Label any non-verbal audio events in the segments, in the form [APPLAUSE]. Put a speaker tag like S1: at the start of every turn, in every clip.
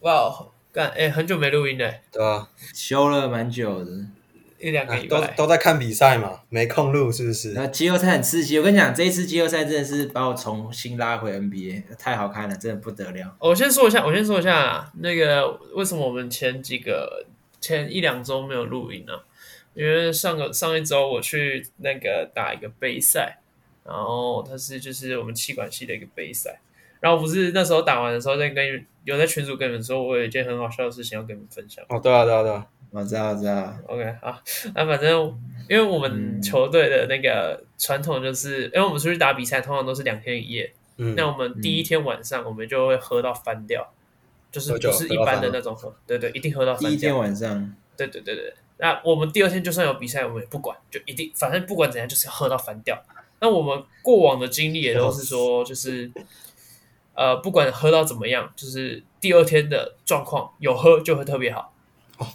S1: 哇，干哎、很久没录音了，
S2: 对吧、
S3: 休了蛮久的。
S1: 一两个
S2: 啊
S1: 礼
S2: 都
S1: 拜。
S2: 都在看比赛嘛，没空录是不是？
S3: 那季后赛很刺激，我跟你讲，这一次季后赛真的是把我重新拉回 NBA，太好看了，真的不得了。
S1: 哦我先说一下，我先说一下啊那个为什么我们前几个前一两周没有录音呢、因为上个上一周我去那个打一个杯赛，然后它是就是我们气管系的一个杯赛，然后不是那时候打完的时候在跟你们有在群组跟你们说，我有一件很好笑的事情要跟你们分享。
S2: 哦，对啊，对啊，对啊，
S3: 我知道，我知道，
S1: OK，好，那反正因为我
S2: 嗯
S1: 们球队的那个传统就是，因为我们出去打比赛通常都是两天一夜，
S2: 嗯，
S1: 那我们第一天晚上我们就会喝到翻掉，就是
S2: 喝
S1: 不
S2: 酒
S1: 是
S2: 喝
S1: 一
S2: 到
S1: 般
S2: 翻
S1: 的
S2: 吗
S1: 那种喝，对对，一定喝到
S3: 第
S1: 翻
S3: 一天
S1: 掉，
S3: 晚上，
S1: 对对对对。那我们第二天就算有比赛，我们也不管，就一定反正不管怎样就是喝到翻掉。那我们过往的经历也都是说，就是呃，不管喝到怎么样，就是第二天的状况有喝就会特别好，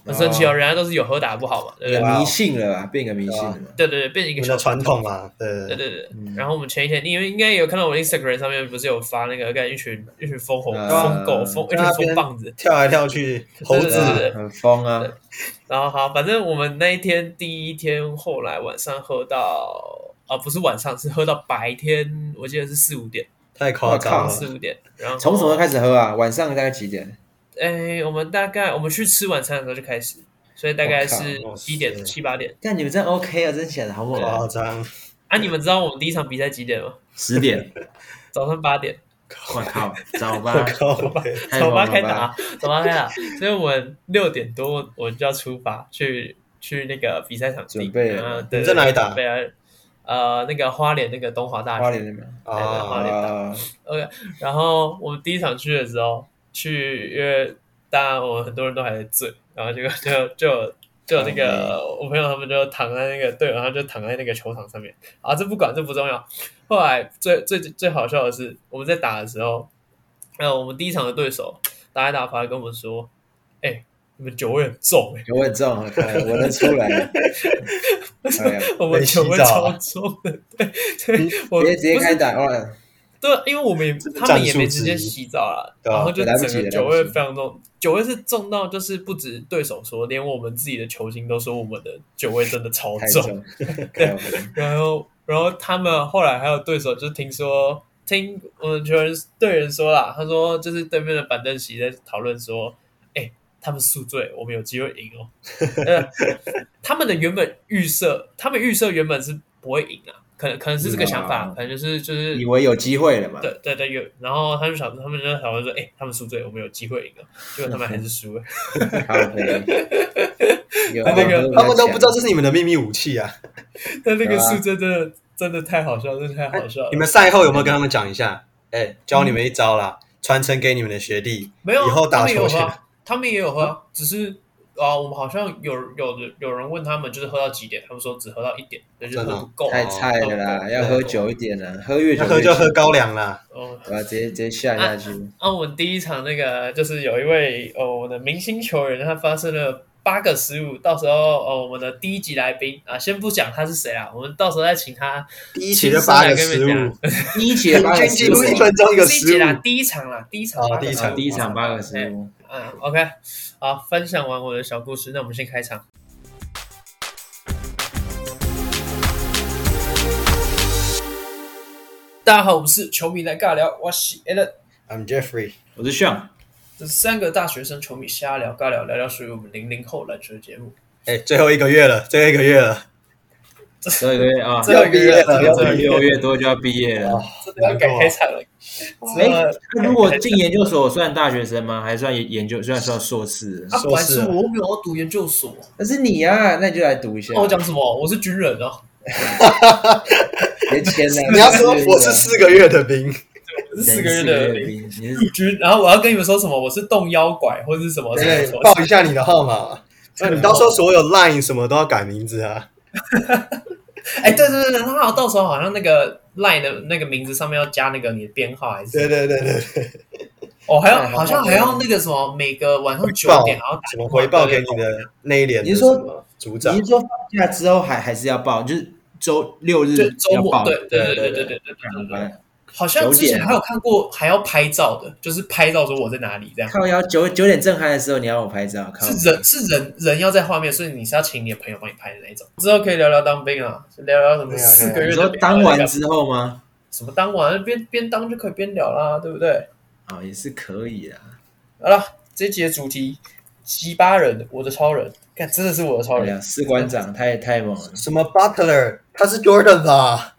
S1: 很神奇哦，人家都是有喝打不好嘛，对不对？
S3: 有迷信了吧？变个迷信了。
S1: 对对对，变成一
S2: 我
S1: 个
S2: 们
S1: 小
S2: 的传统嘛，对
S1: 对
S2: 对对，
S1: 对对，然后我们前一天，你们应该有看到我 Instagram 上面不是有发那个干呃一群一群疯猴、
S3: 啊
S1: 疯狗、疯一群
S2: 在那
S1: 疯
S2: 边
S1: 棒子，
S2: 跳来跳去，猴
S1: 对对
S2: 子
S1: 对
S3: 啊很疯啊！
S1: 然后好，反正我们那一天第一天，后来晚上喝到啊，不是晚上，是喝到白天，我记得是四五点，
S2: 太夸张
S3: 我
S2: 了
S1: 四，五点。然后
S3: 啊从什么时候开始喝啊？晚上大概几点？
S1: 哎，我们大概我们去吃晚餐的时候就开始，所以大概是
S3: 哦
S2: 我靠
S1: 七点
S2: 哇塞
S1: 七八点。
S3: 但你们真 OK 啊，真显得好猛啊！
S2: 夸张，
S1: 啊，你们知道我们第一场比赛几点吗？
S3: 十点，
S1: 早上八点。
S3: 我靠，早
S2: 我
S3: 吧，
S2: 靠，
S3: 太
S1: 早
S3: 猛
S1: 八
S3: 了
S1: 开
S3: 吧！
S1: 打，早八开打，所以我们六点多我们就要出发去去那个比赛场地
S3: 准备了
S1: 啊，
S2: 你
S1: 对，
S2: 们在哪里打
S1: 对啊，呃，那个花莲那个东华大
S3: 花
S1: 学。
S3: 莲那边
S1: 花
S2: 啊
S1: 莲，
S3: 啊，
S1: OK，然后我们第一场去的时候，去因为当然我们很多人都还在醉，然后结果就就就那个我朋友他们就躺在那个对，然后就躺在那个球场上面啊，这不管这不重要。后来最最最好笑的是，我们在打的时候，呃，我们第一场的对手打一打牌跟我们说，哎、你们酒味很重哎、
S3: 我很重，我靠我能出来了。哎呀
S1: [LAUGHS] 我们
S2: 没
S1: 酒
S2: 洗
S1: 味
S2: 澡
S1: 超
S2: 啊
S1: 重的， [LAUGHS] 对，对我
S3: 直接直接
S1: 不是
S3: 开打哇！
S1: 对啊，因为我
S3: [LAUGHS]
S1: 们也他们也没直接洗澡啦，
S2: 对啊
S1: 然后就
S3: 对来不及
S1: 整个
S3: 了
S1: 酒
S3: 来不及
S1: 味非常重，酒味是重到就是不止对手说，连我们自己的球星都说我们的酒味真的超
S3: 太
S1: 重。 [LAUGHS]
S3: 重，开玩
S1: 然后，然后他们后来还有对手就听说，听我们球员队员说啦，他说就是对面的板凳席在讨论说，哎、他们宿醉，我们有机会赢
S3: [LAUGHS]
S1: 哦。呃，他们的原本预设，他们预设原本是不会赢啊，可能可能是这个想法，
S3: 嗯啊
S1: 可能就是就是
S3: 以为有机会了嘛？
S1: 对对对，有。然后他就想，他们就想说，哎、他们输对，我们有机会赢了，结果他们还是输了。 [LAUGHS]
S3: 咖啡，有
S1: 那个
S2: 他们都不知道这是你们的秘密武器啊！哎
S1: 但那个
S3: 对啊
S1: 输真的真的太好笑，真的太好笑了。
S2: 你们赛后有没有跟他们讲一
S1: 嗯
S2: 下？哎，教你们一招啦，传承给你们的学弟，
S1: 没有啊，
S2: 以后
S1: 他
S2: 打
S1: 们也有
S2: 球
S1: 喝
S2: 前
S1: 啊，他们也有喝啊，只是啊，我们好像有有的有人问他们，就是喝到几点，他们说只喝到一点，那就是
S2: 真的
S1: 喝不够啊。
S3: 太菜了啦，要喝久一点啦，喝越久
S2: 要
S3: 越
S2: 喝就喝高粱啦，
S1: 哦，
S3: 我要直接直接下下去。
S1: 那、我们第一场那个就是有一位哦，我的明星球员，他发生了八个失误，到时候哦，我们的第一级来宾啊，先不讲他是谁啊，我们到时候再请他
S2: 第一节就八个
S1: 亲身
S2: 失
S1: 来跟你
S2: 误
S1: 们，
S3: 第一节
S2: 平
S3: 八
S2: 均
S3: 个
S2: 进
S3: 失误
S2: 入，一分钟一个
S1: 第一
S2: 失
S1: 节啦，
S2: 误，
S1: 第一场啦，啊第一场
S2: 哦
S1: 八个
S2: 第一
S1: 失误
S2: 场
S3: 第一场八个失误，
S1: 嗯，OK，好，分享完我的小故事，那我们先开场。大家好，我们是球迷来尬聊，我是 Alan，
S2: I'm Jeffrey，
S3: 我是 Sean，
S1: 这是三个大学生球迷瞎聊尬聊，聊聊属于我们零零后篮球的节目。
S2: 哎，最后一个月了，最后一个月了，
S3: 最后一个月啊，
S1: 最后一个月
S2: 要毕业
S1: 了
S2: 了
S3: 这六月多就要毕业了
S2: 哦。
S1: 真的要改开场了。
S3: 啊哎
S1: 真的，
S3: 那如果进研究所算大学生吗？还算研研究，算算硕士？
S1: 啊，本来
S2: 硕士
S1: 是
S2: 了
S1: 我又没有要读研究所，哦
S3: 那是你啊，那你就来读一下。
S1: 那我讲什么？我是军人哦，
S3: 别签了。
S2: 你要说我是四个月的兵，
S1: 我是四个月的
S3: 你是四个月的兵，你
S1: 陆 [LAUGHS]
S3: 是
S1: 军，然后我要跟你们说什么？我是动腰拐或者是什么什么
S2: 对
S1: 什，
S2: 报
S1: 么？
S2: 一下你的号码。那你到时候所有 Line 什么都要改名字啊。
S1: 哎，对对对，对他好到时候好像那个 line 的那个名字上面要加那个你的编号还是？
S2: 对对对对，对
S1: 哦，还要
S3: 对
S1: 好像
S3: 对
S1: 还要那个什么，每个晚上九
S2: 报
S1: 点还要打
S2: 什么回报给你的那一年的
S3: 你是
S2: 什
S3: 说
S2: 么组长
S3: 你是？说放假之后还还是要报，就是周六日
S1: 对，就周
S3: 要
S1: 末
S3: 报。嗯
S1: 对对对对对对
S2: 对
S1: 对对对对。好像
S3: 九
S1: 之前
S3: 点
S1: 还有看过还要拍照的，就是拍照说我在哪里这样。
S3: 靠腰九九点正酣的时候，你要我拍照，靠
S1: 是人是人人要在画面，所以你是要请你的朋友帮你拍的那一种。之后可以聊聊当兵啊，聊聊什么
S2: 对啊
S1: 四个
S2: 对
S1: 月
S3: 你
S1: 的
S3: 说
S1: 北漂
S3: 当
S1: 在干
S3: 完
S1: 嘛
S3: 之后吗？
S1: 什么当完边边当就可以边聊啦，对不对？
S3: 哦，也是可以啦。
S1: 好了，这一集的主题吉巴人，我的超人，看真的是我的超
S3: 哎
S1: 人。
S3: 呀，士官长太太猛了，
S2: 什么 Butler，他是 Jordan 吧？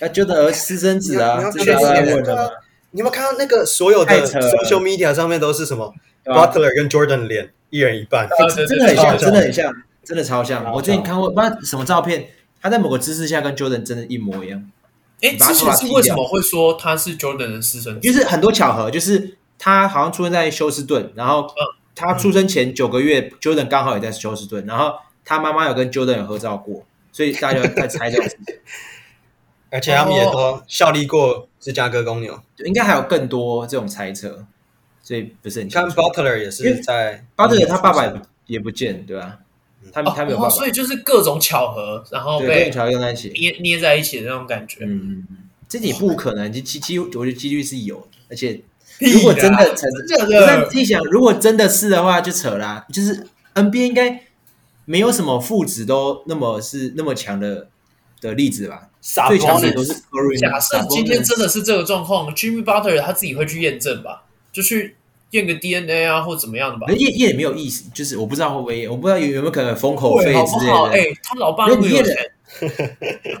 S3: 那就得儿私生子
S2: 你
S3: 啊，
S2: 要
S3: 这就要来问了嘛。
S2: 你有没有看到那个所有的
S3: 太扯了
S2: social media 上面都是什么
S3: 对吧
S2: Butler 跟 Jordan 脸一人一半？
S1: 啊对对
S3: 真的很
S1: 对
S2: 超像
S3: 像，真的很像，真的超像。
S2: 超
S3: 我最近
S2: 像
S3: 看过，不知道什么照片，他在某个姿势下跟 Jordan 真的一模一样，
S1: 哎，
S3: 把他
S1: 之前是
S3: 头发剃
S1: 为什
S3: 掉
S1: 么会说他是 Jordan 的私生子？
S3: 就是很多巧合，就是他好像出生在休斯顿，然后嗯他出生前九个月，Jordan 刚好也在休斯顿，然后他妈妈有跟 Jordan 有合照过，所以大家在猜这种事情。
S2: 而且他们也都效力过芝加哥公牛。
S3: 应该还有更多这种猜测，所以不是很
S2: 你看
S3: 清楚。
S2: Butler 也
S3: 因
S2: 是
S3: 为
S2: 在
S3: 巴特他爸爸也不也不见，对吧？他
S1: 哦
S3: 他没有
S1: 哦
S3: 爸爸，
S1: 所以就是各种巧合，然后
S3: 对，跟
S1: 被
S3: 你条用在一起。
S1: 捏捏在一起的那种感觉。
S3: 嗯，这也不可能，其其其，我觉得几率是有的，而且
S1: 屁
S3: 如果
S1: 啦
S3: 真的成，
S1: 真的
S3: 那你自己想，如果真的是的话，就扯啦。就是 NBA 应该没有什么父子都那么是那么强的的例子吧？
S2: 傻
S3: 最强的都是 Curry 嘛。
S1: 假设今天真的是这个状况，Jimmy Butler 他自己会去验证吧，就去验个 DNA 啊，或怎么样的吧
S3: 可。是夜哎夜也没有意思，就是我不知道会不会验，我不知道有有没有可能封口费
S1: 对，好不
S3: 之类
S1: 好？
S3: 的。
S1: 哎、他老爸那
S3: 那
S1: 么
S3: 你
S1: 有
S3: 验
S1: 钱，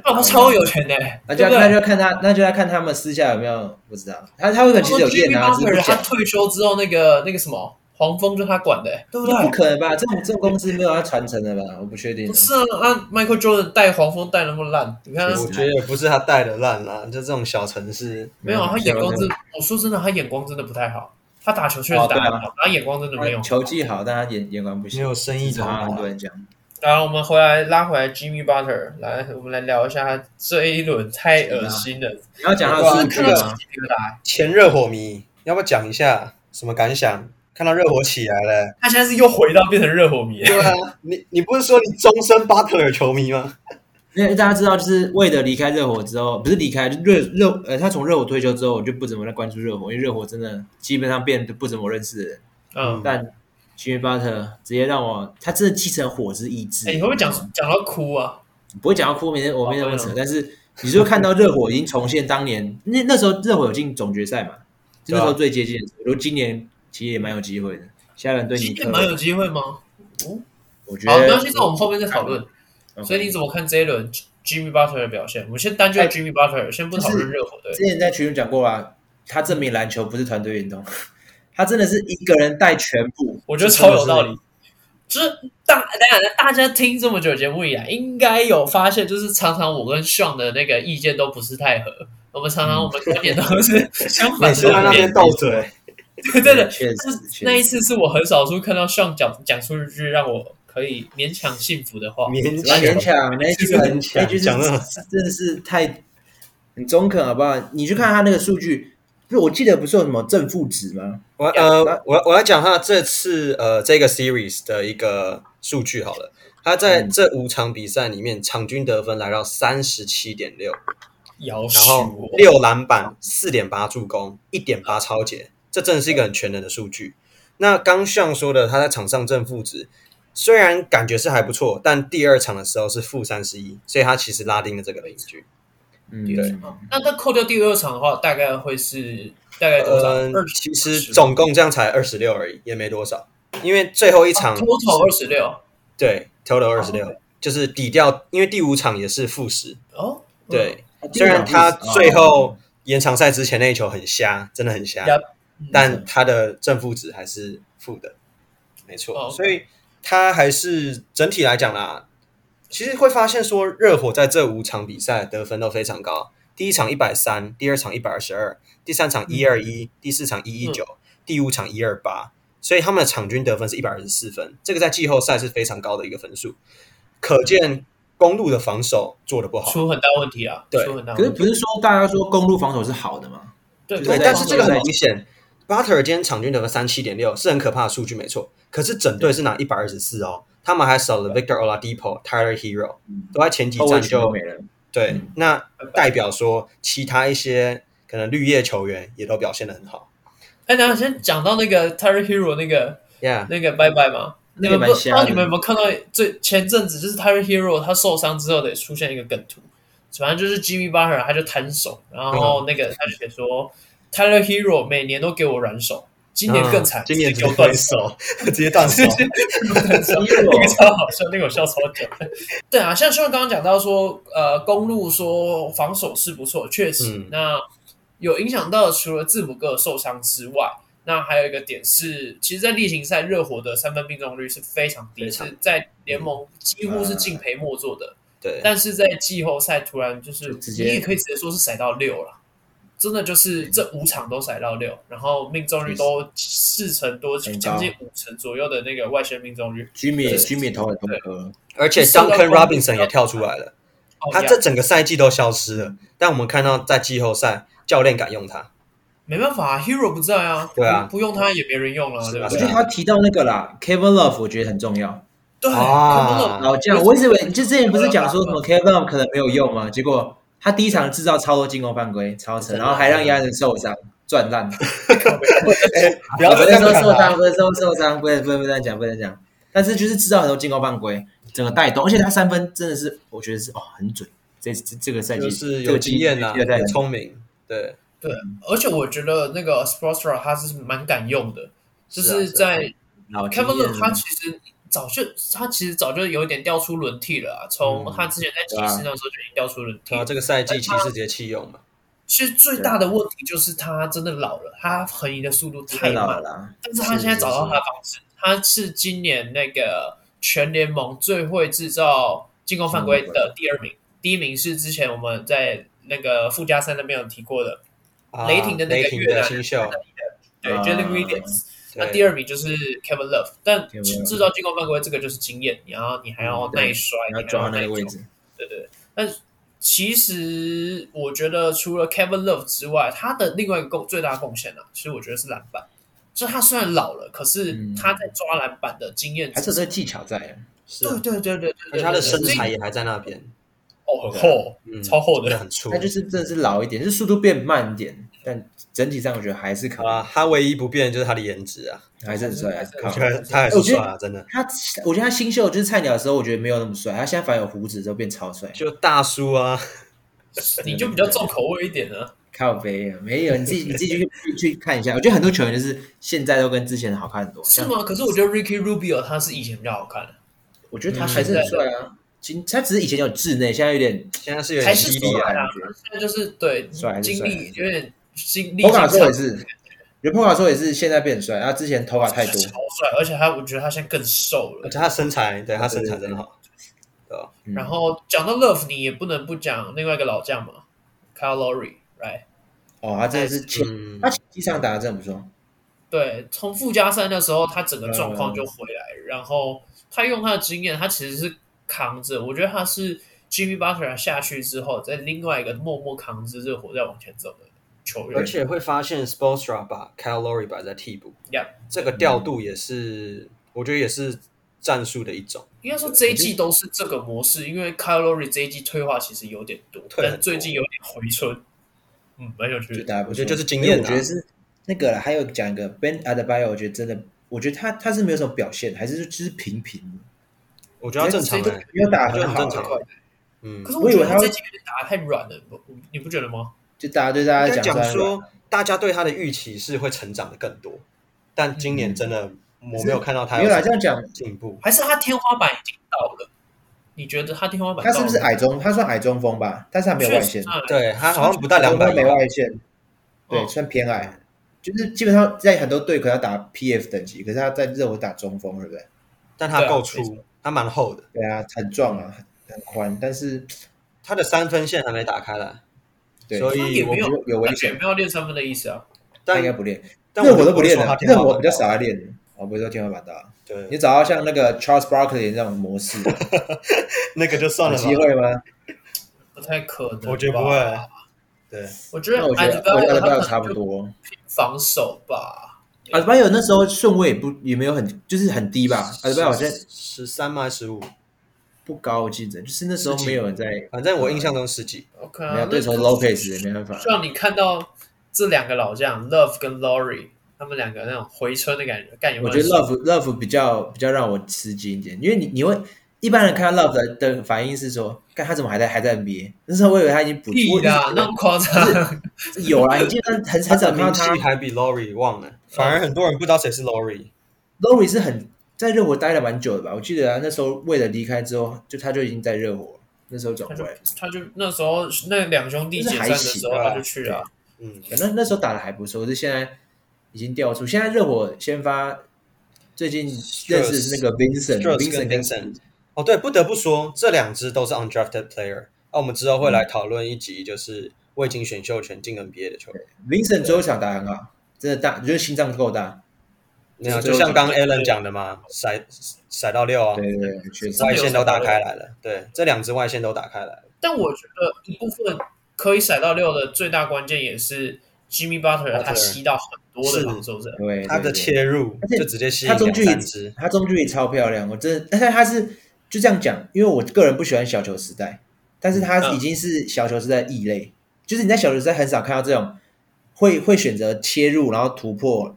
S1: 他老爸超有
S3: [LAUGHS]
S1: 钱的、欸，
S3: 那就
S1: 对
S3: 要
S1: 不
S3: 那就
S1: 对？
S3: 要看他，那就要看他们私下有没有不知道，他他会可能其实有验
S1: Jimmy
S3: 啊，只是不
S1: Butler 他
S3: 讲，
S1: 退休之后，那个那个什么黄蜂就他管的、欸，对不对？
S3: 不可能吧？这种这种公司没有要传承的吧？我不确定
S1: 不。是啊，啊，Michael Jordan 带黄蜂带那么烂，你看他
S3: 确
S2: 我
S3: 实
S2: 觉得也不是他带的烂啦，就这种小城市，
S1: 没有啊，他
S3: 没有
S1: 眼光
S3: 没有
S1: 真，我说真的，他眼光真的不太好。他打球确实
S3: 哦
S1: 打
S3: 对啊
S1: 得好，他眼光真的没有。
S3: 球技好，但他眼眼光不
S2: 没
S3: 行，
S2: 有生意
S3: 一直
S2: 头
S3: 好
S2: 脑啊
S3: 很。多人讲。
S1: 然后我们回来拉回来 Jimmy Butler，来我们来聊一下他这一轮太恶心了，
S3: 你要讲他
S2: 对啊
S3: 的数据
S1: 看到
S3: 吗
S1: 鸡？皮疙瘩。
S2: 前热火迷，要不要讲一下什么感想？看到热火起来
S1: [LAUGHS]
S2: 了，
S1: 他现在是又回到变成热火迷，
S2: 对啊，你你不是说你终身巴特尔球迷吗？
S3: 因为大家知道，就是魏德离开热火之后，不是离开就热热呃，他从热火退休之后，我就不怎么再关注热火，因为热火真的基本上变得不怎么认识的人。
S1: 嗯。
S3: 但 Jimmy Butler 直接让我，他真的继承火之意志。
S1: 哎，你会不会讲讲到哭啊？
S3: 不会讲到哭，没人我
S1: 哦
S3: 没人
S1: 没
S3: 会
S1: 有
S3: 扯。但是你就看到热火已经重现当年，那那时候热火有进总决赛嘛，就那时候
S1: 啊
S3: 最接近的时候。我觉得今年其实也蛮有机会的，下一轮对尼
S1: 今
S3: 克
S1: 天，蛮有机会吗？
S3: 我觉得嗯
S1: 好，没关系，这我们后面再讨论。
S3: OK
S1: 所以你怎么看这一轮 Jimmy Butler 的表现？我们先单就
S3: 哎
S1: Jimmy Butler，先不讨论热火队。
S3: 之前在群里讲过啊，他证明篮球不是团队运动， [LAUGHS] 他真的是一个人带全部，
S1: 我觉得超有道理。就是大大家大家听这么久节目以来，应该有发现，就是常常我跟 Sean 的那个意见都不是太合。我们常常
S3: 嗯
S1: 我们观点都是 [LAUGHS] 相
S2: 每
S1: 反
S2: 次在那
S1: 的
S2: 边
S1: 点，
S2: 斗嘴，
S1: 对对的。
S3: 确实
S1: 但是
S3: 确实
S1: 那一次是我很少数看到 Sean 讲讲出一句让我可以勉强信服的话。
S2: 勉
S3: 只要勉
S2: 强。
S3: 强那一句很那一句是
S2: 讲得很
S3: 真的是太很中肯好不好？你去看他那个数据，不是我记得不是有什么正负值吗？
S2: 我呃，我我要讲他这次呃这个 series 的一个数据好了，他在
S1: 嗯
S2: 这五场比赛里面场均得分来到三十七点六，
S1: 摇
S2: 然后
S1: 我，
S2: 六篮板、四点八助攻、一点八超截，这真的是一个很全能的数据。那刚像说的，他在场上正负值虽然感觉是还不错，但第二场的时候是负三十一，所以他其实拉丁了这个邻居。
S3: 嗯，
S2: 对
S1: 那那扣掉第二场的话，大概会是大概多少？
S2: 嗯
S1: 二，
S2: 其实总共这样才二十六而已，也没多少。因为最后一场
S1: 啊 total 二十哦六
S2: 对 total 二十六，就是抵掉，因为第五场也是负十。
S1: 哦，嗯
S2: 对，虽然他
S3: 啊
S2: 最后延长赛之前那一球很瞎，真的很瞎。
S1: Yup 嗯
S2: 但他的正负值还是负的，没错。
S1: 哦，OK
S2: 所以他还是整体来讲啦，其实会发现说热火在这五场比赛得分都非常高，第一场一百三，第二场一百二十二，第三
S1: 嗯
S2: 场一二一，第四场一一九，第五场一二八，所以他们的场均得分是一百二十四分，这个在季后赛是非常高的一个分数，可见公路的防守做的不好。
S1: 出很大问题啊，
S2: 对
S1: 出很大
S3: 可是
S1: 问题。
S3: 不是说大家说公路防守是好的吗？
S1: 对
S2: 对，
S3: 对
S2: 但是这个
S3: 对
S2: 很明显，Butler 今天场均得分三七点六是很可怕的数据，没错。可是整队是拿一百二十四哦，他们还少了 Victor Oladipo、Tyler Hero，
S3: 嗯
S2: 都在前几
S3: 后卫
S2: [LAUGHS] 站
S3: 全都
S2: 就
S3: 没了，
S2: 对。那代表说，其他一些可能绿叶球员也都表现的很好。
S1: 哎，等一下先讲到那个 t e r r y Hero 那个
S2: Yeah，
S1: 那个拜拜嘛，你
S3: 那个
S1: 们不
S3: 蛮
S1: 知道
S3: 瞎
S1: 你们有
S3: 的。
S1: 没有看到最前阵子就是 t e r r y Hero 他受伤之后得出现一个梗图，反正就是 Jimmy Butler 他就摊手，然
S2: 嗯
S1: 后那个他就写说 t e r r y Hero 每年都给我软手，今年更惨，
S2: 嗯今年
S1: 直接
S2: 直
S1: 给
S2: 接
S1: 我断
S2: 断
S1: 手。
S2: 手， [LAUGHS] 直接断手。啊
S3: 哦
S1: 那
S2: [LAUGHS]
S1: 个超 [LAUGHS] 好笑，那个我笑超久的。对啊，像秀刚刚讲到说，呃，公路说防守是不错，确实，
S2: 嗯
S1: 那有影响到的除了字母哥的受伤之外，那还有一个点是，其实，在例行赛热火的三分命中率是非常低，
S2: 非常嗯呃
S1: 是在联盟几乎是敬陪末座的，
S2: 对，
S1: 但是在季后赛突然就是
S3: 就直
S1: 你
S3: 接
S1: 也可以直接说是甩到六了。真的就是这五场都甩到六，然后命中率都四成多，
S3: 很高
S1: 将近五成左右的那个外线命中率，
S2: [LAUGHS]
S3: 居民居民投很多颗，
S2: 而且
S1: 受到
S2: Duncan
S1: 攻击
S2: Robinson 也跳出来了，
S1: 哦
S2: 他
S1: 呀
S2: 这整个赛季都消失了，但我们看到在季后赛教练敢用他，
S1: 没办法、啊、，Hero 不在啊，
S2: 对啊
S1: 不不用他也没人用了、
S2: 是
S1: 对吧
S2: 啊
S3: 我
S2: 是
S3: 觉
S2: 啊
S3: 得他提到那个啦，Kevin Love 我觉得很重要。
S1: 对，
S2: 啊
S3: 老将，我一直以为你就之前不是讲说什么 Kevin Love 可能没有用吗？结果他第一场制造超多进攻犯规，超扯，然后还让亚人受伤，赚烂。
S2: 不要
S3: 不
S2: 这
S3: 是
S2: 样啊
S3: 说
S2: 看
S3: 受
S2: 他。
S3: 伤，不是说受伤，不能不能不能讲，不能讲。但是就是制造很多进攻犯规，整个带动，而且他三分真的是，我觉得是哦很准。这这这个赛季
S2: 就是有经验啊呐、
S3: 这个
S2: 很
S3: 季这个赛季
S2: 聪明，对，
S1: 而且我觉得那个 s p o r t s r a 他是蛮敢用的，就是
S2: 啊是啊
S1: 在
S3: 老经
S1: Kevin
S3: 验
S1: Love 他其实早就他其实早就有一点调出轮替了啊，从
S2: 嗯
S1: 他之前在骑士那时候就已经调出轮替
S2: 然后
S1: 了。
S2: 啊这个赛季骑士直接弃用嘛，
S1: 其实最大的问题就是他真的老了，他横移的速度太
S3: 太
S1: 慢
S3: 老
S1: 了。
S3: 了啊，
S1: 但是他现在找到他的方式，他是今年那个全联盟最会制造进攻犯规的第二名，第一名是之前我们在那个附加赛那边有提过的，
S2: 啊
S1: 雷霆的那个
S2: 雷霆
S1: 越
S2: 的
S1: 南
S2: 新秀，
S1: 对，
S3: 啊
S1: 就是 Williams。那
S2: 对
S1: 第二名就是 Kevin Love，但
S3: Kevin Love
S1: 制造进攻犯规这个就是经验，然后你还要
S3: 嗯对
S1: 耐摔，
S3: 要
S1: 你还要
S3: 抓那
S1: 耐
S3: 个
S1: 久
S3: 位置，
S1: 对对。对但其实我觉得，除了 Kevin Love 之外，他的另外一个贡最大的贡献呢、其实我觉得是篮板。就他虽然老了，可是
S3: 嗯
S1: 他在抓篮板的经验
S3: 还
S1: 值
S3: 是有这个技巧在。
S2: 是啊
S1: 对对对对对
S2: 而
S1: 对，
S2: 且他的
S1: 对
S2: 身
S1: 所
S2: 材
S1: 以
S2: 也还在那边，
S1: 哦
S3: 啊
S1: 很厚，
S2: 嗯，
S1: 超厚
S2: 真的
S1: 的。
S2: 很粗
S3: 他。就是真的是老一点，就是速度变慢一点，但整体上我觉得还是可
S2: 好
S3: 以，
S2: 啦，啊他唯一不变就是他的颜值啊，
S3: 还是很帅，还是
S2: 我
S3: 靠
S2: 觉。得他还是帅啊，真的。
S3: 他，我觉得他新秀就是菜鸟的时候，我觉得没有那么帅，他现在反而有胡子之后变超帅。
S2: 就大叔啊，
S1: 你就比较重口味一点呢、
S3: 靠背啊，没有，你自己你自己去去去看一下。我觉得很多球员就是现在都跟之前的好看很多。
S1: 是
S3: 像？
S1: 吗？可是我觉得 Ricky Rubio 他是以前比较好看的，
S3: 我觉得他还是很帅啊。其实他只是以前有稚内，现在有点
S2: 现在是有
S1: 还
S2: 点
S1: 是
S2: 犀
S1: 帅
S2: 利啊，
S1: 啊
S3: 感觉。
S1: 现在就是对
S3: 帅还是
S1: 经
S3: 帅
S1: 历有点经历
S3: 波卡
S1: 经
S3: 说也
S1: 常
S3: 是，我觉得波卡说也是现在变很帅，他啊之前头发太多
S1: 超，帅，而且他我觉得他现在更瘦
S2: 而
S1: 了。
S2: 且他身材，对他身材真的好。
S3: 嗯
S1: 然后讲到 Love，你也不能不讲另外一个老将嘛，Kyle Lowry，right？
S3: 哦，他真的是前
S2: 嗯
S3: 他，前期上打的真的不错，
S1: 对，从附加赛那时候，他整个状况就回来，然后他用他的经验，他其实是扛着。我觉得他是 Jimmy Butler 下去之后，在另外一个默默扛着热火在往前走的球员
S2: 而。且会发现 Spolstra 把 Kyle Lowry 摆在替补，
S1: Yeah
S2: 这个调度也是，我觉得也是战术的一种。
S1: 应该说这一季都是这个模式，因为 Kyle Lowry 这一季退化其实有点多，
S2: 退很多
S1: 但最近有点回春，嗯，蛮有趣
S3: 就
S1: 的。
S3: 打得不错。
S2: 我觉得就是经验啊
S3: 我觉得是那个啦还有讲一个 Ben Adebayo，我觉得真的，我觉得他他是没有什么表现，还是就是平平的，
S2: 我觉得他正常
S1: 这
S2: 哎、
S1: 这
S3: 没有打
S2: 就
S3: 得
S2: 很
S3: 很
S2: 正
S3: 好
S2: 常
S3: 啊。
S2: 嗯
S1: 可，是
S3: 我
S1: 我
S3: 以
S1: 觉
S3: 为
S1: 得他
S3: 他
S1: 这一季有点打得太软了，不，你不觉得吗？
S3: 就大家对大
S2: 应
S3: 家
S2: 该
S3: 讲
S2: 讲说，大家对他的预期是会成长的更多，但今年真的我没有看到他
S3: 嗯没有啦，这
S2: 有
S3: 样讲
S2: 进步。
S1: 还是他天花板已经到了？你觉得他天花板
S3: 他
S1: 到了？
S3: 是不是矮中？他算矮中锋吧，但是他没有外
S1: 确
S3: 线
S1: 实，啊
S2: 对他好像不到两
S3: 他
S2: 百啊
S3: 没外线，对，
S1: 哦
S3: 算偏矮，就是基本上在很多队可能要打 PF 等级，可是他在热火打中锋，对不对？
S2: 但他够
S1: 对啊没
S2: 粗，他蛮厚的，
S3: 对啊，很壮啊，很很宽，但是
S2: 他的三分线还没打开来，
S3: 对，
S2: 所
S1: 他
S2: 以
S1: 也
S3: 我
S1: 没
S2: 我
S1: 有
S3: 觉得有危
S1: 感觉
S3: 险，
S1: 没有练三分的意思啊。
S3: 他应该
S2: 但
S3: 不练。
S2: 但
S3: 热火
S2: 就
S3: 都不练
S2: 说
S3: 了
S2: 他，天
S3: 热
S2: 花
S3: 火
S2: 板
S3: 比较
S2: 高
S3: 少来练，我不是说天花板大。你
S2: 对，
S3: 找到像那个 Charles Barkley 那种
S2: [LAUGHS]
S3: 模式，有
S2: 那个就算了
S3: 机
S2: 吧，
S3: 会吗？
S1: 不太可能，
S2: 我觉得不会。。啊对，
S1: 我觉
S3: 那
S1: 得
S3: 我觉得我
S1: 安
S3: 觉
S1: 德
S3: 得 Adebayo
S1: 巴
S3: 差不多。
S1: 防守吧，
S3: 阿德巴有那啊哎时候顺位也不也没有很就是很低吧，阿德巴好像
S2: 十三吗？还是十五？
S3: 不高，我记得就是那时候没有人在，
S2: 反正我印象中十几。
S1: OK
S3: 没
S1: 啊
S3: 有，对手
S1: 那
S3: Lopez 也没办法。
S1: 让你看到这两个老将 Love 跟 Lori 他们两个那种回春的感觉，感觉
S3: 我觉得 Love Love 比较比较让我吃惊一点，因为你你会一般人看到 Love 的的反应是说，看他怎么还在还在 NBA？那时候我以为他已经补
S1: 屁
S3: 出
S1: 啦，那么夸张，
S3: 有啦，已经很很
S2: 他
S3: 很少
S2: 的
S3: 看到
S2: 名气
S3: 他。
S2: 还比 Lori 旺呢，嗯反而很多人不知道谁是 Lori。
S3: Lowry 是很在热火待了蛮久的吧？我记得啊，那时候为了离开之后，就他就已经在热火了，那时候转
S1: 他
S3: 过
S1: 就
S3: 来，
S1: [LAUGHS] 他就那时候那两兄弟解散的时候
S2: 就是还行啊
S1: 他就去了啊，
S2: 嗯，
S3: 反正那时候打的还不错，可是现在已经掉出。现在热火先发最近认识的是那个
S2: Strus
S3: Vincent，Vincent
S2: 跟 Vincent 哦，对，不得不说，这两支都是 undrafted player。那、我啊们之后会来
S3: 嗯
S2: 讨论一集，就是未经选秀权进 NBA 的球员。
S3: Vincent 最后一场打得很好，真的大，就是心脏够大。
S2: 那啊样就像刚 Alan 讲的嘛，甩甩到六啊，
S3: 对对对，确实。
S2: 外线都打开来了。对，这两支外线都打开来了。
S1: 但我觉得一部分可以甩到六的最大关键也是 Jimmy Butler
S2: Butler
S1: 他吸到很多的防守者，
S3: 对，
S2: 他的
S3: 对对
S2: 切入
S3: 而且
S2: 就直接吸引
S3: 他中
S2: 两
S3: 距
S2: 三
S3: 离
S2: 支，
S3: 他中距离超漂亮，我真的，但是他是就这样讲，因为我个人不喜欢小球时代，但是他
S1: 嗯
S3: 已经是小球时代的异类，就是你在小球时代很少看到这种会会选择切入然后突破，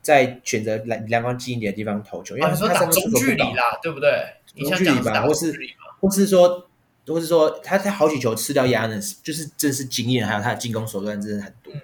S3: 再选择两两方近一点的地方投球，因为
S1: 啊，
S3: 他
S1: 你说
S3: 他
S1: 打
S3: 三分
S1: 中
S3: 出手
S1: 距
S3: 不
S1: 离
S3: 高，
S1: 啦，对不对？你想讲的打中距离嘛？
S3: 或是说或是说他他好几球吃掉 Yanis，就是真是经验还有他的进攻手段真的很多，
S2: 很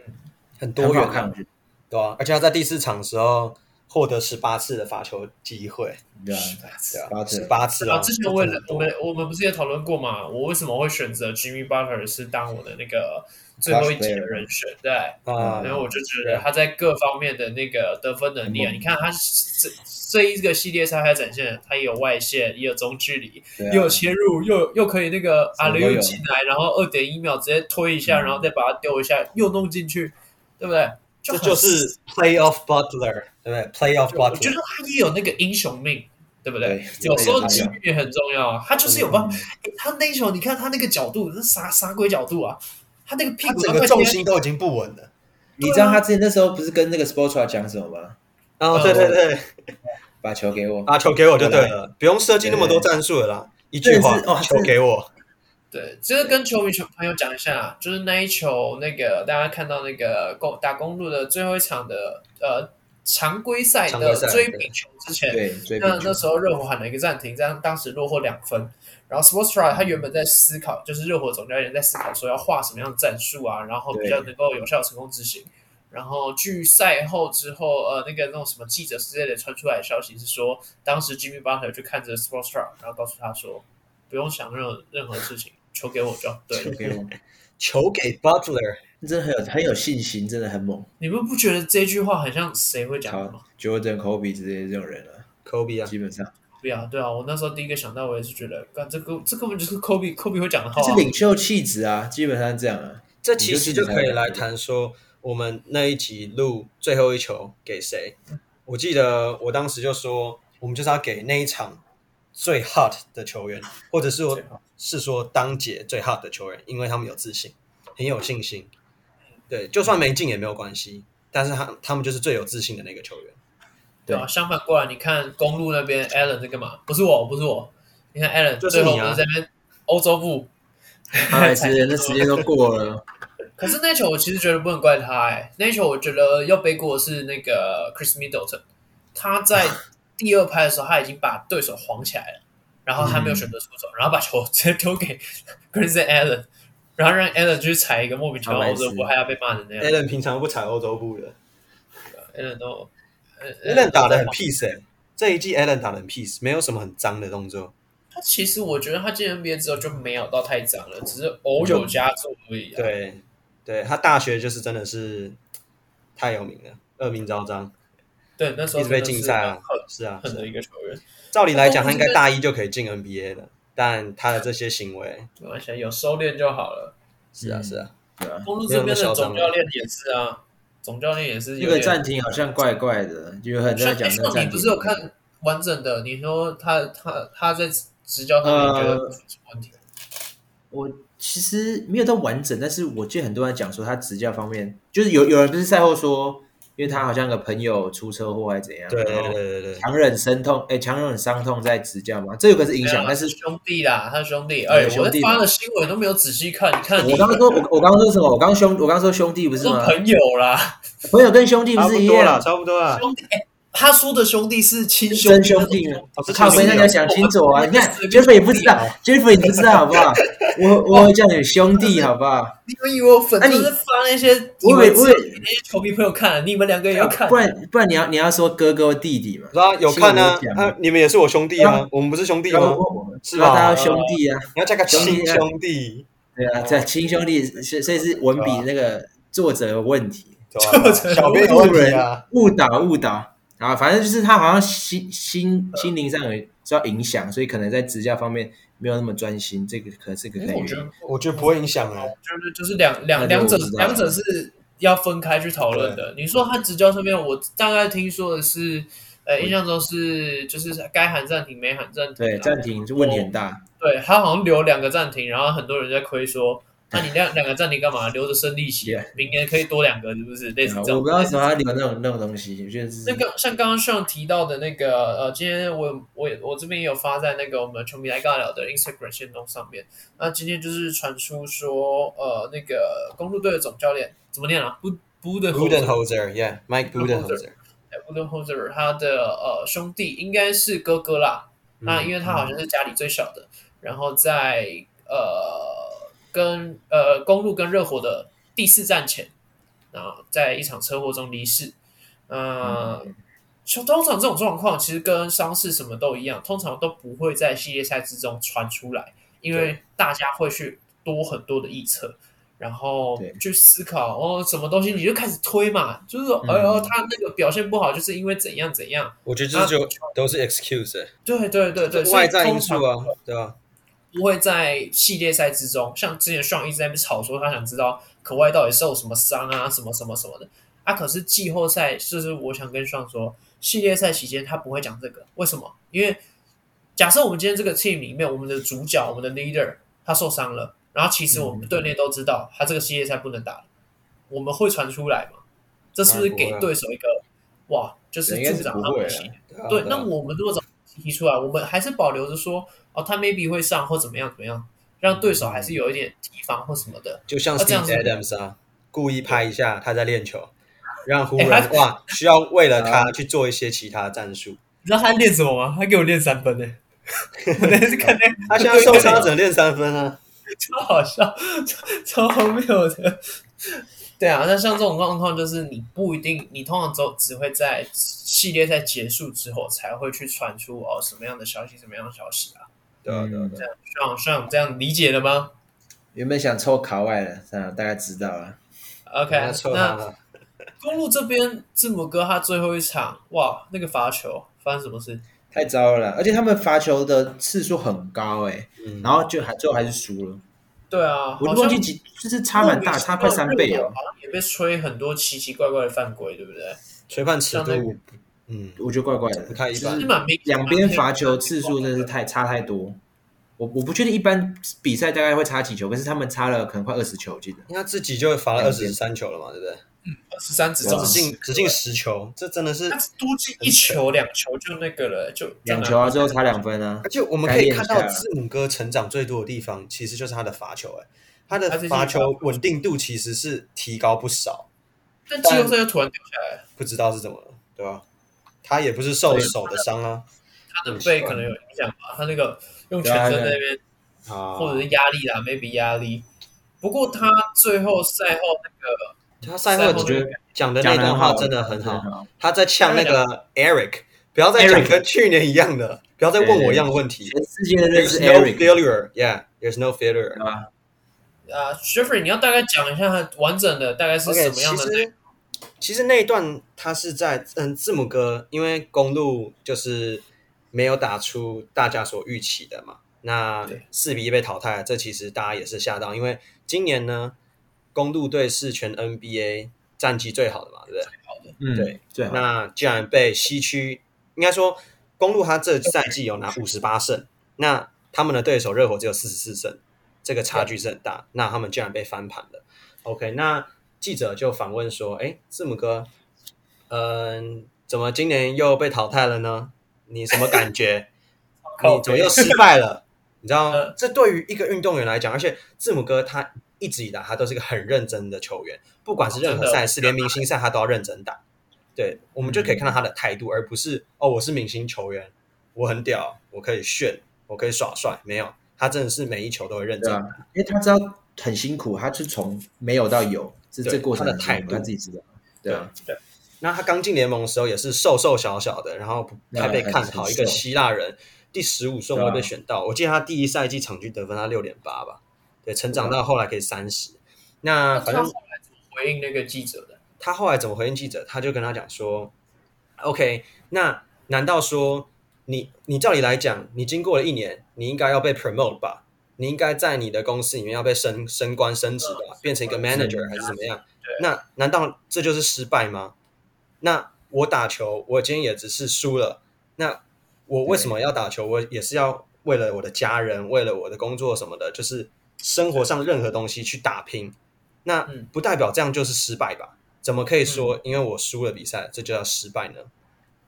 S3: 很
S2: 多元
S3: 好看，
S2: 啊
S3: 我，觉得
S2: 对啊，而且他在第四场的时候获得十八次的罚球机会，
S3: 对啊，
S1: [LAUGHS]
S2: 对
S3: 18
S2: 啊，
S3: 次
S2: 十八次
S1: 啊，
S2: 哦，
S1: 之前我也我们我们不是也讨论过嘛？我为什么会选择 Jimmy Butler 是当我的那个最后一节的人选？对，
S2: 啊
S1: 然后我就觉得他在各方面的那个得分能力啊，
S3: 嗯
S1: 你看他这这一个系列赛他展现，他也有外线，也有中距离，
S3: 对
S1: 又有
S3: 啊，
S1: 切入，又又可以那个
S3: 什
S1: 阿
S3: 么都
S1: 雷
S3: 有
S1: 又进来，然后二点一秒直接推一下，
S3: 嗯
S1: 然后再把它丢一下，又弄进去，对不对？
S2: 这
S1: 很
S2: 就是 playoff Butler，对不对？playoff
S1: 我觉
S2: Butler，
S1: 得他也有那个英雄命，对不对？
S3: 对，
S1: 有时候
S3: 这
S1: 机
S3: 个也重要
S1: 遇很重要，啊他就是有办
S3: 嗯
S1: 法。诶他那一球，你看他那个角度，那啥啥鬼角度啊？他那个屁
S2: 他
S1: 股
S2: 整
S1: 都
S2: 个
S1: 快
S2: 重
S1: 贴
S2: 心都已经不稳了。
S3: 你知道他之前那时候不是跟那个 Sportra 讲什么吗？
S2: 哦，
S1: 嗯
S2: 对对对，
S3: 把球给我，
S1: 啊
S2: 把球给我就对了，不用设计那么多战术了啦，一句话
S3: 真的是，哇
S2: 球给我，
S1: 对，这个跟球迷球朋友讲一下，就是那一球，那个大家看到那个公打公路的最后一场的呃常规赛
S2: 常规
S1: 的
S2: 赛
S1: 追平球之前，
S3: 对，追平
S1: 那
S3: 球
S1: 那时候热火喊了一个暂停，这样当时落后两分。然后 Sportsra 他原本在思考，就是热火总教练在思考说要画什么样的战术啊，然后比较能够有效成功执行。然后据赛后之后，呃，那个那种什么记者之类的传出来的消息是说，当时 Jimmy Butler 就看着 Sportsra，然后告诉他说，不用想任何任何事情，球给我就好对
S3: 球
S1: 了。
S3: 给我，
S2: 球给 Butler，
S3: 真的很有很有信心，真的很猛。
S1: [LAUGHS] 你们不觉得这句话很像谁 [LAUGHS] 会讲嗯的吗
S3: 好？，Jordan、Kobe 之类的这种人了、
S2: Kobe 啊，
S3: 基本上
S1: 对啊，对啊，我那时候第一个想到，我也是觉得，干这个这根本就是 Kobe Kobe 会讲的话、
S3: 这
S1: 啊
S3: 是。领袖气质啊，基本上是这样啊。
S2: 这其实就可以来谈说我们那一集录最后一球给谁。我记得我当时就说，我们就是要给那一场最 hot 的球员，或者是我
S1: 最好
S2: 是说当节最 hot 的球员，因为他们有自信，很有信心。对，就算没进也没有关系，但是他他们就是最有自信的那个球员。
S1: 对啊，相反过来，你看公路那边 Allen 在干嘛？不是我，不是我。你看 Allen
S2: 就是
S1: 最后
S2: 你啊
S1: 我们在那边欧洲部，
S3: 他还是 [LAUGHS] 那时间都过了，
S1: 可是那球我其实觉得不能怪他、哎，那球我觉得要背锅的是那个 Chris Middleton，他在第二拍的时候他已经把对手晃起来了，然后他没有选择出
S2: 嗯
S1: 手，然后把球直接丢给 [LAUGHS] Chris Allen，然后让 Allen 去踩一个莫名其妙
S3: 好白
S1: 欧
S3: 痴
S1: 洲步，还要被骂成那样。
S2: Allen 平常不踩欧洲步的
S1: Allen 都呃
S2: ，Allen 打的很
S1: 啊都在
S2: peace 哎、这一季 Allen 打的很 peace，没有什么很脏的动作。
S1: 他其实我觉得他进 NBA 之后就没有到太脏了，只是偶有佳作而已、啊。
S2: 对，对他大学就是真的是太有名了，恶名昭彰，
S1: 对，那时候
S2: 一直被禁赛
S1: 真的是
S2: 啊
S1: 很。
S2: 是啊，
S1: 很
S2: 是
S1: 的
S2: 啊
S1: 一个球员。
S2: 照理来讲，他应该大一就可以进 NBA 了，但他的这些行为，
S1: 没关系，有收敛就好了。
S2: 是啊，
S3: 嗯
S2: 是啊，
S3: 对啊。
S1: 公路这边的总教练也是啊，总教练也是
S3: 那
S1: 有
S3: 个
S1: 点。
S3: 暂停好像怪怪的，有很多
S1: 像
S3: 人讲
S1: 哎
S3: 那个
S1: 像你
S3: 暂停
S1: 不。是有看完整的？你说他他他在执教他们，
S3: 呃
S1: 你觉得有什么问题？
S3: 我其实没有到完整，但是我记得很多人讲说他执教方面，就是有有人不是赛后说因为他好像有个朋友出车祸还是怎样，
S2: 对
S3: 然
S2: 对
S3: 后
S2: 对对对，
S3: 强忍伤痛，哎、强忍伤痛在执教嘛，这有可是影
S1: 没有
S3: 响
S1: 啦，
S3: 但是
S1: 啊兄弟啦，他兄弟，
S3: 对
S1: 哎，
S3: 兄
S1: 我在
S3: 弟
S1: 发
S3: 嘛
S1: 的新闻都没有仔细看，你看
S3: 我
S1: 你
S3: 刚刚说，我我刚刚说什么？我刚兄，我刚说兄弟不是
S1: 是
S3: 吗？
S1: 朋友啦，
S3: 朋友跟兄弟
S2: 差
S3: 不
S2: 不
S3: 是一
S2: 多
S3: 样
S2: 了，？差不多了。
S1: 兄弟，哎，他说的兄弟是亲兄
S3: 真
S1: 弟，
S3: 兄弟
S1: 那
S3: 吗
S1: 种，
S2: 哦是
S3: 靠
S2: 亲
S3: 背，
S2: 兄弟
S3: 那你
S2: 啊
S3: 要想清楚啊！
S1: 我
S3: 你看
S1: 我是
S3: Jeffrey 不知道，Jeffrey 你不知道好不好？我我叫你兄弟好不好？
S1: 你们以为我粉
S3: 那
S1: 就
S3: 你
S1: 是发那些，
S3: 我以
S1: 以
S3: 为
S1: 为只
S3: 我以
S1: 有给那些球迷朋友看，你们两个也要看
S3: 不，然不然你要你要说哥哥弟弟嘛？
S2: 是啊，有看啊
S3: 新闻有，讲
S2: 啊，你们也是我兄弟啊，我们不是兄弟
S3: 然
S2: 吗
S3: 后？我
S2: 是
S3: 然后
S2: 吧
S3: 大家兄弟啊，
S2: 你要加个亲
S3: 兄弟啊
S2: 兄
S3: [LAUGHS]
S2: 弟，
S3: 对啊，这亲兄弟，所以所以是文笔
S2: 对啊
S3: 那个作者有问题，
S2: 对吧
S1: 作者
S2: 小编有
S3: 误
S2: 问题
S3: 人
S2: 啊，
S3: 误导误导啊，反正就是他好像心心
S1: 啊
S3: 心灵上有受到影响，所以可能在执教方面没有那么专心，这个可这个
S1: 因为
S3: 可以
S1: 哎我
S3: 原
S1: 觉得
S3: 因。
S2: 我觉得不会影响啊。
S1: 就是就是两两
S3: 那就
S1: 两者
S3: 不知道了
S1: 两者是要分开去讨论的。你说他执教上面，我大概听说的是，呃，印象中是就是该喊暂停没喊暂停啊，
S3: 对，暂停就问题很大，
S1: 对他好像留两个暂停，然后很多人在亏说，那你两两个暂停干嘛？留着生利息
S3: Yeah，
S1: 明年可以多两个，是不是？类似这
S3: 啊我
S1: 样。
S3: 不知道为什么他留那种那种东西，我觉得是
S1: 那个像刚刚上提到的那个呃，今天我有我也我这边也有发在那个我们球迷来尬聊的 Instagram 线动上面。那今天就是传出说，呃，那个公路队的总教练怎么念啊？布布的
S2: Budenholzer，yeah，Mike Budenholzer，
S1: 布登 h 者他的呃兄弟应该是哥哥啦。那因为他好像是家里最小的，然后在呃跟呃公路跟热火的第四战前，然后在一场车祸中离世。呃，通通常这种状况其实跟伤势什么都一样，通常都不会在系列赛之中传出来，因为大家会去多很多的臆测。然后
S3: 对
S1: 去思考哦，什么东西你就开始推嘛，就是说，
S3: 嗯
S1: 哎呦，他那个表现不好，就是因为怎样怎样。
S2: 我觉得
S1: 啊
S2: 这就都是 excuse，欸
S1: 对对对对，所以
S2: 外在因素
S1: 通常
S2: 啊，对吧？
S1: 不会在系列赛之中，像之前上一直在那边吵说他想知道可外到底受什么伤啊，什么什么什么的啊。可是季后赛就是我想跟上说，系列赛期间他不会讲这个，为什么？因为假设我们今天这个 team 里面，我们的主角，我们的 leader 他受伤了，然后其实我
S3: 嗯
S1: 们队内都知道他这个系列赛不能打了，我们会传出来嘛？这是不是
S2: 当然不会
S1: 给
S2: 啊
S1: 对手一个哇，就是
S3: 应该是
S1: 助长
S3: 不
S1: 他
S3: 会
S1: 们的
S3: 啊
S1: 心理
S2: 啊
S1: 对
S2: 啊，
S1: 那我们如果早提出来，我们还是保留着说，哦，他 maybe 会上或怎么样怎么样，让对手还是有一点提防或什么的。
S2: 就像
S1: 啊这
S2: Steve
S1: 样子
S2: Adams 啊，故意拍一下他在练球，让湖
S1: 哎
S2: 人
S1: 他
S2: 哇需要为了他去做一些其他战术。
S1: 你知道他练什么吗？他给我练三分呢、 [LAUGHS] 我那是看那
S2: 他现在受伤只能练三分啊，
S1: 超好笑，超荒谬的。对啊，那像这种状况，就是你不一定，你通常只有只会在系列赛结束之后才会去传出哦什么样的消息，什么样的消息啊？
S2: 对啊对啊
S3: 嗯
S2: 对啊。
S1: 像像这样理解了吗
S3: 原本想抽卡外的，啊，大概知道了。
S1: ？OK，
S2: 那错啊他了。
S1: 公路这边字母哥他最后一场，哇，那个罚球发生什么事？
S3: 太糟了，而且他们罚球的次数很高哎、
S2: 嗯
S3: 然后就还最后还是输了，
S1: 对啊，
S3: 我
S1: 好
S3: 就忘
S1: 像
S3: 记几，就是差蛮大，差快三倍哦
S1: 好。像也被吹很多奇奇怪怪的犯规，对不对？
S2: 吹判尺
S1: 像那
S2: 度，嗯，
S3: 我觉得怪怪的，
S2: 不太一般
S3: 就是
S1: 蛮明
S3: 两边罚球次数真的是太差太多。我我不确定一般比赛大概会差几球，可是他们差了可能快二十球，我记得。
S2: 因为他自己就罚了二
S3: 两
S2: 十
S3: 边
S2: 三球了嘛，对不对？
S1: 二十三指
S3: 对
S1: 中
S3: 啊
S2: 只
S1: 指
S2: 进只进十球，这真的是
S1: 他，多进一球两球就那个了，就
S3: 两球啊，最后差两分啊
S2: 而，且我们可以看到
S3: 改变一下
S2: 字母哥成长最多的地方，其实就是他的罚球，哎，他的
S1: 他最近
S2: 罚球稳定度其实是提高不少，
S1: 但季后赛又突然掉下来了，
S2: 不知道是怎么了，对吧？他也不是受手的伤啊，
S1: 他的背可能有影响吧，他那个用全身在那边，
S2: 啊，
S1: 或者是压力啦，maybe 压力。不过他最后赛后那个
S2: 他赛后
S1: 我觉得
S2: 讲的那段话真的很好，。他在呛那个 Eric，不要再
S3: Eric
S2: 讲跟去年一样的，不要再问我一样的问题。
S3: 全世界的认
S2: There's
S3: 识
S2: no
S3: Eric，
S2: failure, yeah. There's no
S3: 对
S2: failure.
S3: 吧？
S1: 啊 s h e f f e r 你要大概讲一下他完整的大概是什
S2: OK，
S1: 么样
S2: 其
S1: 的内容？
S2: 实其实那一段他是在嗯字母哥，因为公路就是没有打出大家所预期的嘛，那
S1: 对
S2: 四比一被淘汰，这其实大家也是吓到，因为今年呢，公路队是全 NBA 战绩最好的嘛，对不对？
S3: 嗯，
S2: 对，
S3: 最好。
S2: 那既然被西区，应该说公路他这赛季有拿五十八胜，那他们的对手热火只有四十四胜，这个差距是很大。那他们竟然被翻盘了。OK，那记者就访问说：“哎，字母哥，嗯，怎么今年又被淘汰了呢？你什么
S1: [LAUGHS]
S2: 感觉？
S1: 靠
S2: 你
S1: 北
S2: 怎么又失败
S1: [LAUGHS]
S2: 了？你知道吗
S1: 嗯，
S2: 这对于一个运动员来讲，而且字母哥他一直以来他都是一个很认真的球员，不管是任何
S1: 哦真的
S2: 赛事，连明星赛他都要认真打。对，我们就可以看到他的态度，而不是哦，我是明星球员，我很屌，我可以炫，我可以耍帅。没有，他真的是每一球都会认
S3: 对
S2: 真。
S3: 啊，因为他知道很辛苦，他是从没有到有，是
S2: 对
S3: 这过程
S2: 他的
S3: 很辛苦
S2: 态度
S3: 他自己知道。对啊，
S2: 那他刚进联盟的时候也是瘦瘦小小的，然后
S3: 对
S2: 还
S3: 啊
S2: 被看好
S3: 很
S2: 一个
S3: 瘦
S2: 希腊人，第十五顺位被
S3: 对啊
S2: 选到。我记得他第一赛季场均得分他六点八吧，对，成
S3: 啊
S2: 长到后来可以三十。那反正
S1: 他后来怎么回应那个记者的？
S2: 他后来怎么回应记者？他就跟他讲说：“OK，那难道说你你照理来讲，你经过了一年，你应该要被 promote 吧？你应该在你的公司里面要被升升官哦升职吧，变成一个 manager 还是怎么样？那难道这就是失败吗？那我打球，我今天也只是输了，那我为什么要打球？我也是要为了我的家人，为了我的工作什么的，就是生活上任何东西去打拼。那
S1: 嗯
S2: 不代表这样就是失败吧？怎么可以说因为我输了比赛，这就叫失败呢？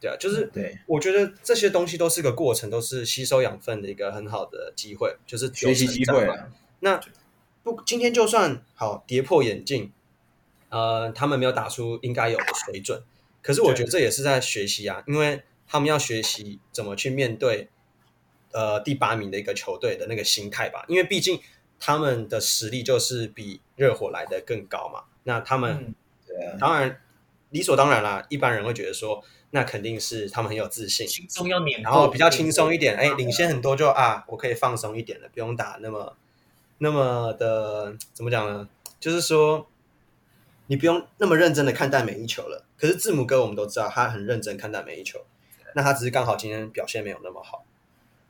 S2: 对啊，就是
S3: 对，
S2: 我觉得这些东西都是个过程，都是吸收养分的一个很好的机会，就是有
S3: 学习机会
S2: 成长嘛
S3: 啊，
S2: 那不，今天就算好跌破眼镜，呃，他们没有打出应该有的水准，可是我觉得这也是在学习啊，因为他们要学习怎么去面对呃第八名的一个球队的那个心态吧，因为毕竟他们的实力就是比热火来的更高嘛，那他们、
S1: 嗯，
S3: 对啊，
S2: 当然理所当然啦，一般人会觉得说那肯定是他们很有自信，
S1: 轻松要碾过，
S2: 然后比较轻松一点，哎，领先很多就啊，我可以放松一点了，不用打那么那么的怎么讲呢？就是说你不用那么认真的看待每一球了。可是字母哥我们都知道，他很认真看待每一球，那他只是刚好今天表现没有那么好，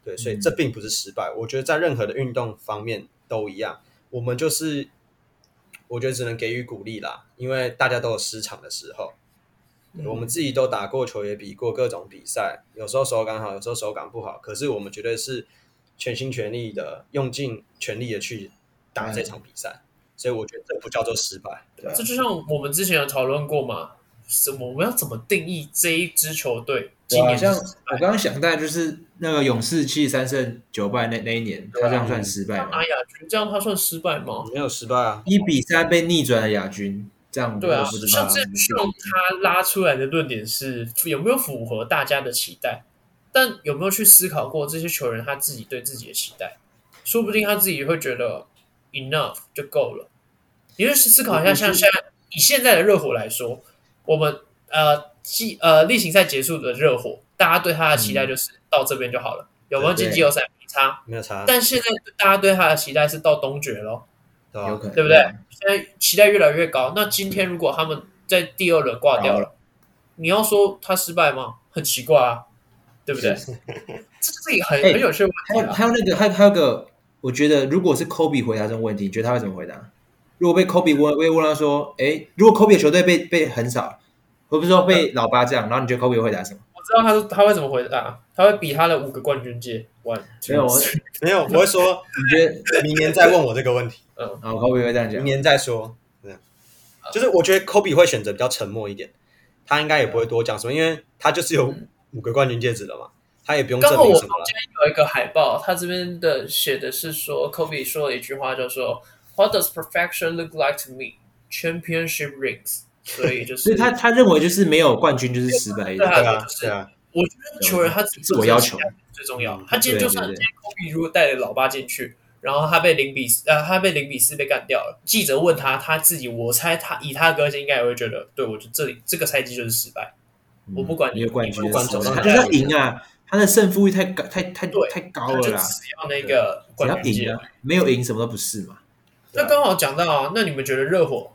S2: 对，所以这并不是失败。我觉得在任何的运动方面都一样，我们就是我觉得只能给予鼓励啦，因为大家都有失常的时候。
S1: 嗯
S2: 我们自己都打过球，也比过各种比赛，有时候手感好，有时候手感不好，可是我们绝对是全心全力的，用尽全力的去打这
S1: 嗯
S2: 场比赛，所以我觉得这不叫做失败。
S3: 对啊
S1: 这就像我们之前有讨论过嘛，什么我们要怎么定义这一支球队？今
S3: 对啊
S1: 年
S3: 像
S1: 是失败
S3: 我刚刚想到就是那个勇士七十三胜九败那那一年，
S2: 啊
S3: 他这样算失败吗
S1: 拿？亚军，这样他算哦失败吗？
S2: 没有失败啊，
S3: 一比三被逆转的亚军，这样我
S1: 对啊，
S3: 不知道
S1: 像。这像他拉出来的论点是有没有符合大家的期待，但有没有去思考过这些球员他自己对自己的期待？说不定他自己会觉得 enough 就够了。你就去思考一下，
S3: 我
S1: 像现在以现在的热火来说，我们呃季呃例行赛结束的热火，大家对他的期
S3: 嗯
S1: 待就是到这边就好了，有没有进季后赛没差。
S2: 没有差，啊
S1: 但现在大家对他的期待是到东决咯。
S2: 对
S3: 有
S2: 吧？
S3: 可能
S1: 对不对？现在期待越来越高。那今天如果他们在第二轮挂掉了，你要说他失败吗？很奇怪啊，对不对？ [LAUGHS] 这是一个很
S3: 哎
S1: 很有趣的
S3: 还
S1: 问
S3: 有
S1: 题啊。
S3: 还有那个还有还有个，我觉得如果是 Kobe 回答这种问题，你觉得他会怎么回答？如果被 Kobe 问被问到说，哎，如果 Kobe 的球队被被横扫，或者说被老八这样，然后你觉得 Kobe 会回答什么？
S1: 我知道他说他会怎么回答，他会比他的五个冠军戒 one
S3: 没有，我
S1: two, three
S2: 没有，我会说
S3: 你觉得
S2: 明年再问我这个问题，
S1: 嗯，
S3: 啊、Kobe 会这样
S2: 明
S3: 讲？
S2: 年再说。这样，就是我觉得 Kobe 会选择比较沉默一点，他应该也不会多讲什么，因为他就是有
S1: 嗯
S2: 五个冠军戒指了嘛，他也不用证
S1: 刚好
S2: 明
S1: 我
S2: 什么
S1: 房
S2: 了。
S1: 间有一个海报，他这边的写的是说，Kobe 说了一句话，叫做 "What does perfection look like to me? Championship rings." 所以就是
S3: 所以他他认为就是没有冠军就是失败的意思嗯
S1: 对。
S2: 对啊
S1: 就，是
S2: 对啊，
S1: 我觉得球员他自己
S3: 自我要求
S1: 最重要
S2: 嗯。
S1: 他今天就
S3: 对
S1: 算
S3: 对
S1: 今
S3: 对
S1: 天科比如果带着老八进去，然后他被零比四，呃，他被零比四被干掉了。记者问他，他自己，我猜他以他的个性应该也会觉得，对我就这里这个赛季就是失败，我不管
S3: 没有冠军
S1: 你
S3: 就
S2: 不管
S3: 是失败，
S2: 怎么
S3: 他
S2: 样
S3: 就是要赢啊！他的胜负欲太高，太太
S1: 对
S3: 太
S1: 他
S3: 高了
S1: 就只
S3: 啦，
S1: 要那个
S3: 只
S1: 冠
S3: 要
S1: 军戒
S3: 赢啊，没有赢什么都不是嘛。
S1: 那刚好讲到啊，那你们觉得热火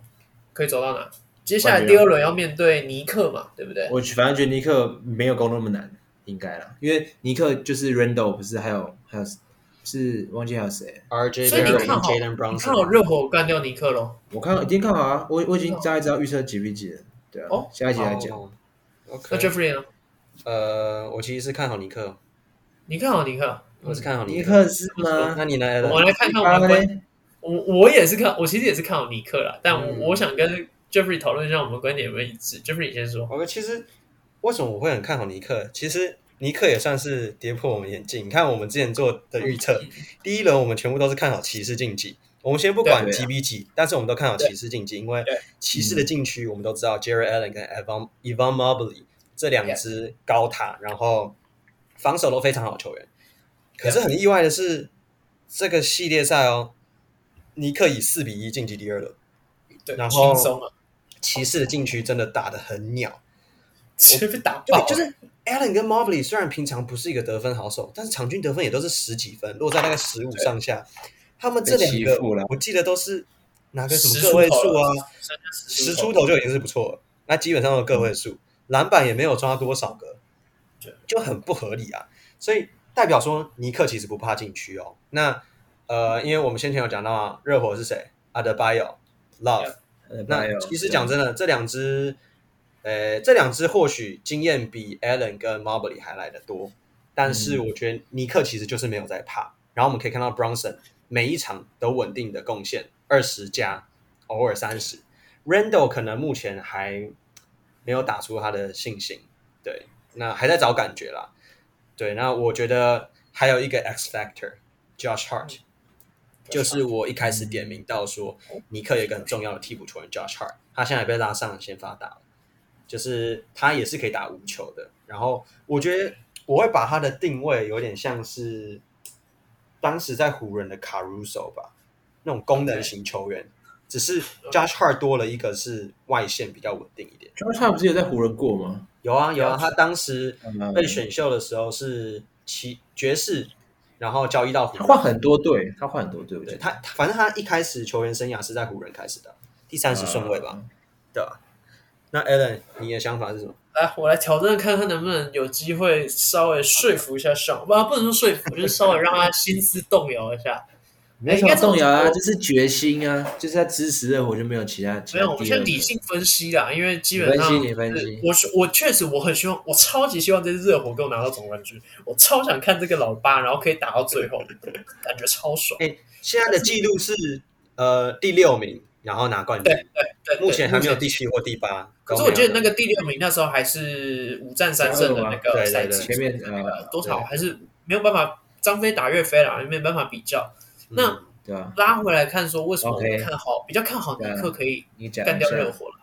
S1: 可以走到哪？接下来第二轮要面对尼克嘛，对不对？
S3: 啊我反正觉得尼克没有公路那么难，应该啦，因为尼克就是 Randall 不是还有还有是忘记还有谁？
S2: RJ
S1: 所以你
S2: Barrett
S1: 看好
S2: Jalen
S1: 你看好
S2: Brunson，
S1: 热火干掉尼克喽？
S3: 我看一定看好啊，我我已经大概知道预测几比几了。对啊，
S1: 哦
S3: 下一集来讲。
S2: 哦
S1: 那
S2: OK，
S1: Jeffrey 呢？
S2: 呃，我其实是看好尼克，
S1: 你看好尼克？
S2: 我是看好
S3: 嗯尼
S2: 克。
S3: 克是吗？
S2: 那你呢
S1: 我们
S2: Alan？
S1: 来看看我
S3: 巴
S1: 们的观
S3: 嘞，
S1: 我我也是看，我其实也是看好尼克啦，但我,、
S2: 嗯
S1: 我想跟 Jeffrey 讨论一下我们观点有没有一致。Jeffrey 你先说。
S2: 我们其实为什么我会很看好尼克？其实尼克也算是跌破我们眼镜。你看我们之前做的预测，第一轮我们全部都是看好骑士晋级。我们先不管
S3: 对对啊
S2: 几比几，但是我们都看好骑士晋级，因为
S1: 对
S2: 骑士的禁区我们都知道 j e r r y Allen 跟 Evan Evan Mobley 这两只高塔，然后防守都非常好球员。可是很意外的是，这个系列赛哦，尼克以四比一晋级第二轮，
S1: 对，
S2: 然后
S1: 轻松啊，
S2: 骑士的禁区真的打得很鸟。
S1: 直接被打
S2: 对
S1: 爆，，
S2: 就是 Allen 跟 Mobley 虽然平常不是一个得分好手，但是场均得分也都是十几分，落在大概十五上下。他们这两
S3: 被欺
S2: 个
S3: 负了，
S2: 我记得都是拿个什
S1: 十
S2: 么
S1: 出
S2: 个位
S1: 头
S2: 数啊，
S1: 三
S2: 十
S1: 十
S2: 出，头就已经是不错了。那基本上都个位数，篮板也没有抓多少个
S1: 对，
S2: 就很不合理啊。所以代表说尼克其实不怕禁区哦。那呃，因为我们先前有讲到啊，热火是谁？阿德巴约、Love，
S1: Yeah
S3: 呃哦
S2: 那其实讲真的，这两支，呃，这两支或许经验比 Allen 跟 Mobley 还来得多，但是我觉得尼克其实就是没有在怕。然后我们可以看到 Bronson 每一场都稳定的贡献二十加，偶尔三十。Randall 可能目前还没有打出他的信心，对，那还在找感觉啦。对，那我觉得还有一个 X factor Josh Hart，就是我一开始点名到说，尼克有一个很重要的替补球员 Josh Hart，他现在也被拉上先发打了，就是他也是可以打无球的。然后我觉得我会把他的定位有点像是当时在湖人的 Caruso 吧，那种功能型球员只是 Josh Hart 多了一个是外线比较稳定一点。
S3: j o h 啊不是有在湖人过吗？
S2: 有啊有啊，他当时
S3: 嗯
S2: 被选秀的时候是骑爵士，然后交易到湖
S3: 他
S2: 人。
S3: 换很多队，他换很多队，我觉
S2: 对
S3: 得
S2: 他，他反正他一开始球员生涯是在湖人开始的，第三十顺位吧，
S3: 啊
S2: 对吧？那 Allen，你的想法是什么？
S1: 来，我来挑战看看能不能有机会稍微说服一下上，不，不能说说服，就是稍微让他心思动摇一下。
S3: 没
S1: 哎
S3: 什么动摇啊，就是决心啊，就是他支持热火就没有其他。其
S1: 没
S3: 他
S1: 有，我们
S3: 第二
S1: 先理
S3: 个
S1: 性分析啦，因为基本上
S3: 你分析你分析
S1: 我是我确实我很希望，我超级希望这支热火给我拿到总冠军，我超想看这个老八，然后可以打到最后，感觉超爽。
S2: 哎，现在的记录是呃第六名，然后拿冠军，
S1: 对，对
S2: 目前还没有。第七或第八。
S1: 可是我记得那个第六名那时候还是五战三胜的那个
S2: 对
S1: 赛
S2: 对
S1: 季
S2: 对，
S3: 前面
S1: 那个
S3: 呃
S1: 多少还是没有办法，张飞打岳飞啦，没有办法比较。那
S2: 嗯
S3: 对啊吧？
S1: 拉回来看，说为什么我
S3: OK
S1: 看好比较看好尼克可以
S3: 你讲
S1: 干
S3: 一
S1: 掉热
S3: 下，
S1: 火了？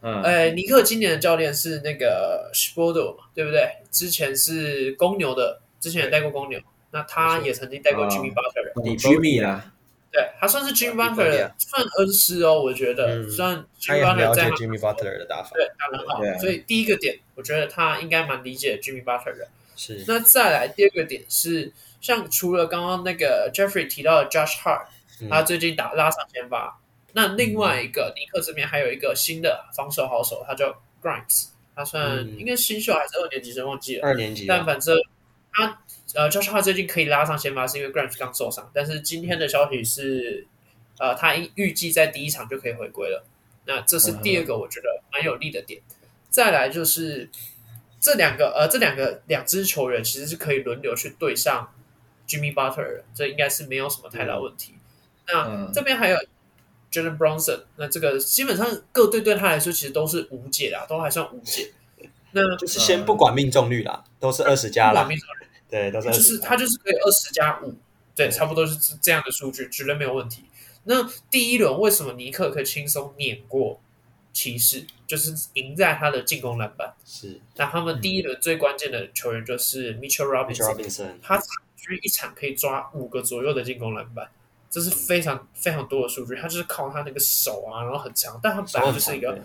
S3: 嗯，
S1: 呃，尼克今年的教练是那个 s p o d o 嘛，对不对？之前是公牛的，之前也带过公牛，那他也曾经带过
S3: 啊
S1: Jimmy Butler，、
S2: 嗯
S3: 你 Jimmy 啦，
S1: 对他算是 Jimmy
S2: Jimmy
S1: Butler
S2: Butler
S1: 的算恩师哦，我觉得、
S2: 嗯
S1: 算
S2: 他
S1: Jimmy
S2: 也很了
S1: Butler
S2: 解
S1: 在他
S2: Jimmy Butler 的打法，
S1: 对打得很好，
S3: 对啊
S1: 所以第一个点，我觉得他应该蛮理解 Jimmy Butler 的。
S2: 是
S1: 那再来第二个点是，像除了刚刚那个 Jeffrey 提到的 Josh Hart，
S2: 嗯
S1: 他最近打拉上先发。那另外一个尼克这边还有一个新的防守好手，他叫 Grimes，他算
S2: 嗯
S1: 应该新秀还是二年级生忘记了，
S2: 二年级啊吧
S1: 但反正他呃 Josh Hart 最近可以拉上先发，是因为 Grimes 刚受伤，但是今天的消息是，呃，他应预计在第一场就可以回归了。那这是第二个我觉得蛮有利的点。再来就是这两个呃，这两个两支球员其实是可以轮流去对上 Jimmy Butler，的这应该是没有什么太大问题。那
S3: 嗯
S1: 这边还有 Jalen Bronson，那这个基本上各队对他来说其实都是无解的啊，都还算无解。那
S2: 就是先不管命中率啦，都是二十加啦，对，都是二
S1: 就是
S2: 十。
S1: 他就是可以二十加五，对，
S2: 对
S1: 差不多是这样的数据，绝对没有问题。那第一轮为什么尼克可以轻松碾过骑士，就是赢在他的进攻篮板。
S2: 是
S1: 那他们第一轮最关键的球员就是 Mitchell
S2: 嗯 Mitchell
S1: Robinson，
S2: Robinson，
S1: 他场均一场可以抓五个左右的进攻篮板，这是非常非常多的数据。他就是靠他那个手啊，然后很长，但他本来就是一个
S2: 手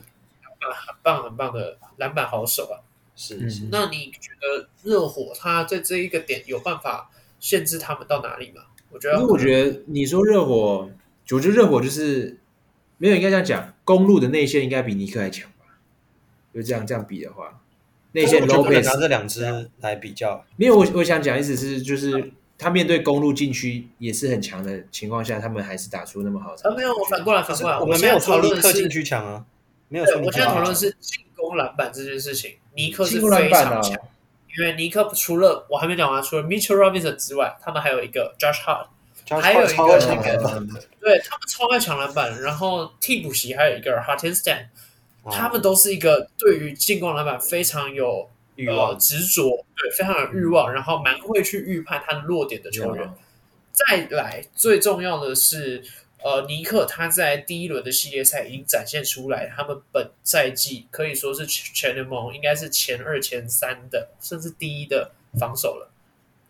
S2: 很
S1: 很棒很棒的篮板好手啊。
S2: 是是
S3: 嗯
S1: 那你觉得热火他在这一个点有办法限制他们到哪里吗？我觉
S3: 因
S2: 啊
S1: 得
S3: 为我觉得你说热火，我觉得热火就是没有应该这样讲，公路的内线应该比尼克还强吧？就这样这样比的话，内线
S2: 我就不能拿
S3: Lopez
S2: 这两
S1: 啊
S2: 支来比较，
S3: 没有我我想讲意思是就是他面对公路禁区也是很强的情况下，他们还是打出那么好的
S1: 啊，没有，我反过来，
S2: 可
S1: 反
S2: 是
S1: 过来，
S2: 我们没
S1: 现
S2: 有
S1: 在讨
S2: 说尼
S1: 论的
S2: 克禁
S1: 是，
S2: 区强啊，没有
S1: 对
S2: 说尼
S1: 我
S2: 克
S1: 现在讨论
S2: 强
S1: 的。是进攻篮板这件事情。尼克是
S3: 进攻篮
S1: 非
S3: 板
S1: 常
S3: 啊，
S1: 强，因为尼克除了我还没讲完，除了 Mitchell Robinson 之外，他们还有一个 Josh Hart，
S2: Josh
S1: 还有
S2: Hart
S1: 一
S2: 超
S1: 个
S2: 强
S3: 啊
S1: 那个
S2: 的
S1: 对对他们超爱抢篮板，然后替补席还有一个 Hartenstein，他
S2: 哦
S1: 们都是一个对于进攻篮板非常有
S2: 欲
S1: 呃
S2: 望，
S1: 执着，对，非常有欲望，然后蛮会去预判他的弱点的球员。再来，最重要的是，呃，尼克他在第一轮的系列赛已经展现出来，他们本赛季可以说是全全联盟应该是前二、前三的，甚至第一的防守了。
S2: 嗯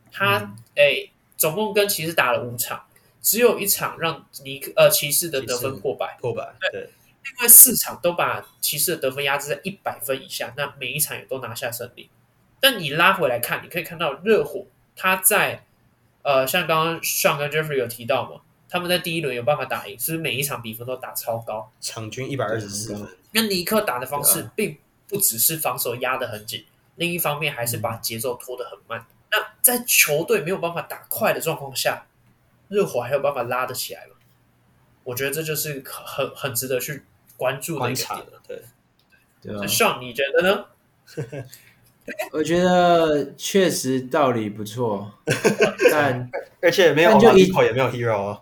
S1: 他诶、总共跟骑士打了五场，只有一场让尼克呃骑士的得
S2: 骑
S1: 分
S2: 士
S1: 破百。
S2: 破百，对，
S1: 另外四场都把骑士的得分压制在一百分以下，那每一场也都拿下胜利。但你拉回来看，你可以看到热火他在呃，像刚刚 Sean 跟 Jeffrey 有提到嘛，他们在第一轮有办法打赢，是不是每一场比分都打超高？
S2: 场均一百二十四
S3: 对
S2: 分，
S1: 那尼克打的方
S2: 对啊
S1: 式并不只是防守压得很紧，另一方面还是把
S2: 嗯
S1: 节奏拖得很慢。那在球队没有办法打快的状况下，热火还有办法拉得起来吗？我觉得这就是很很值得去关注的一
S2: 观
S1: 个
S2: 察
S1: 点。
S2: 的，对，
S3: 对啊
S1: 那，上你觉得呢？
S3: 我觉得确实道理
S2: [LAUGHS]
S3: 不错，但
S2: 而且没有
S3: 但就
S2: o
S3: 一
S2: p o 也没有 Hero，哦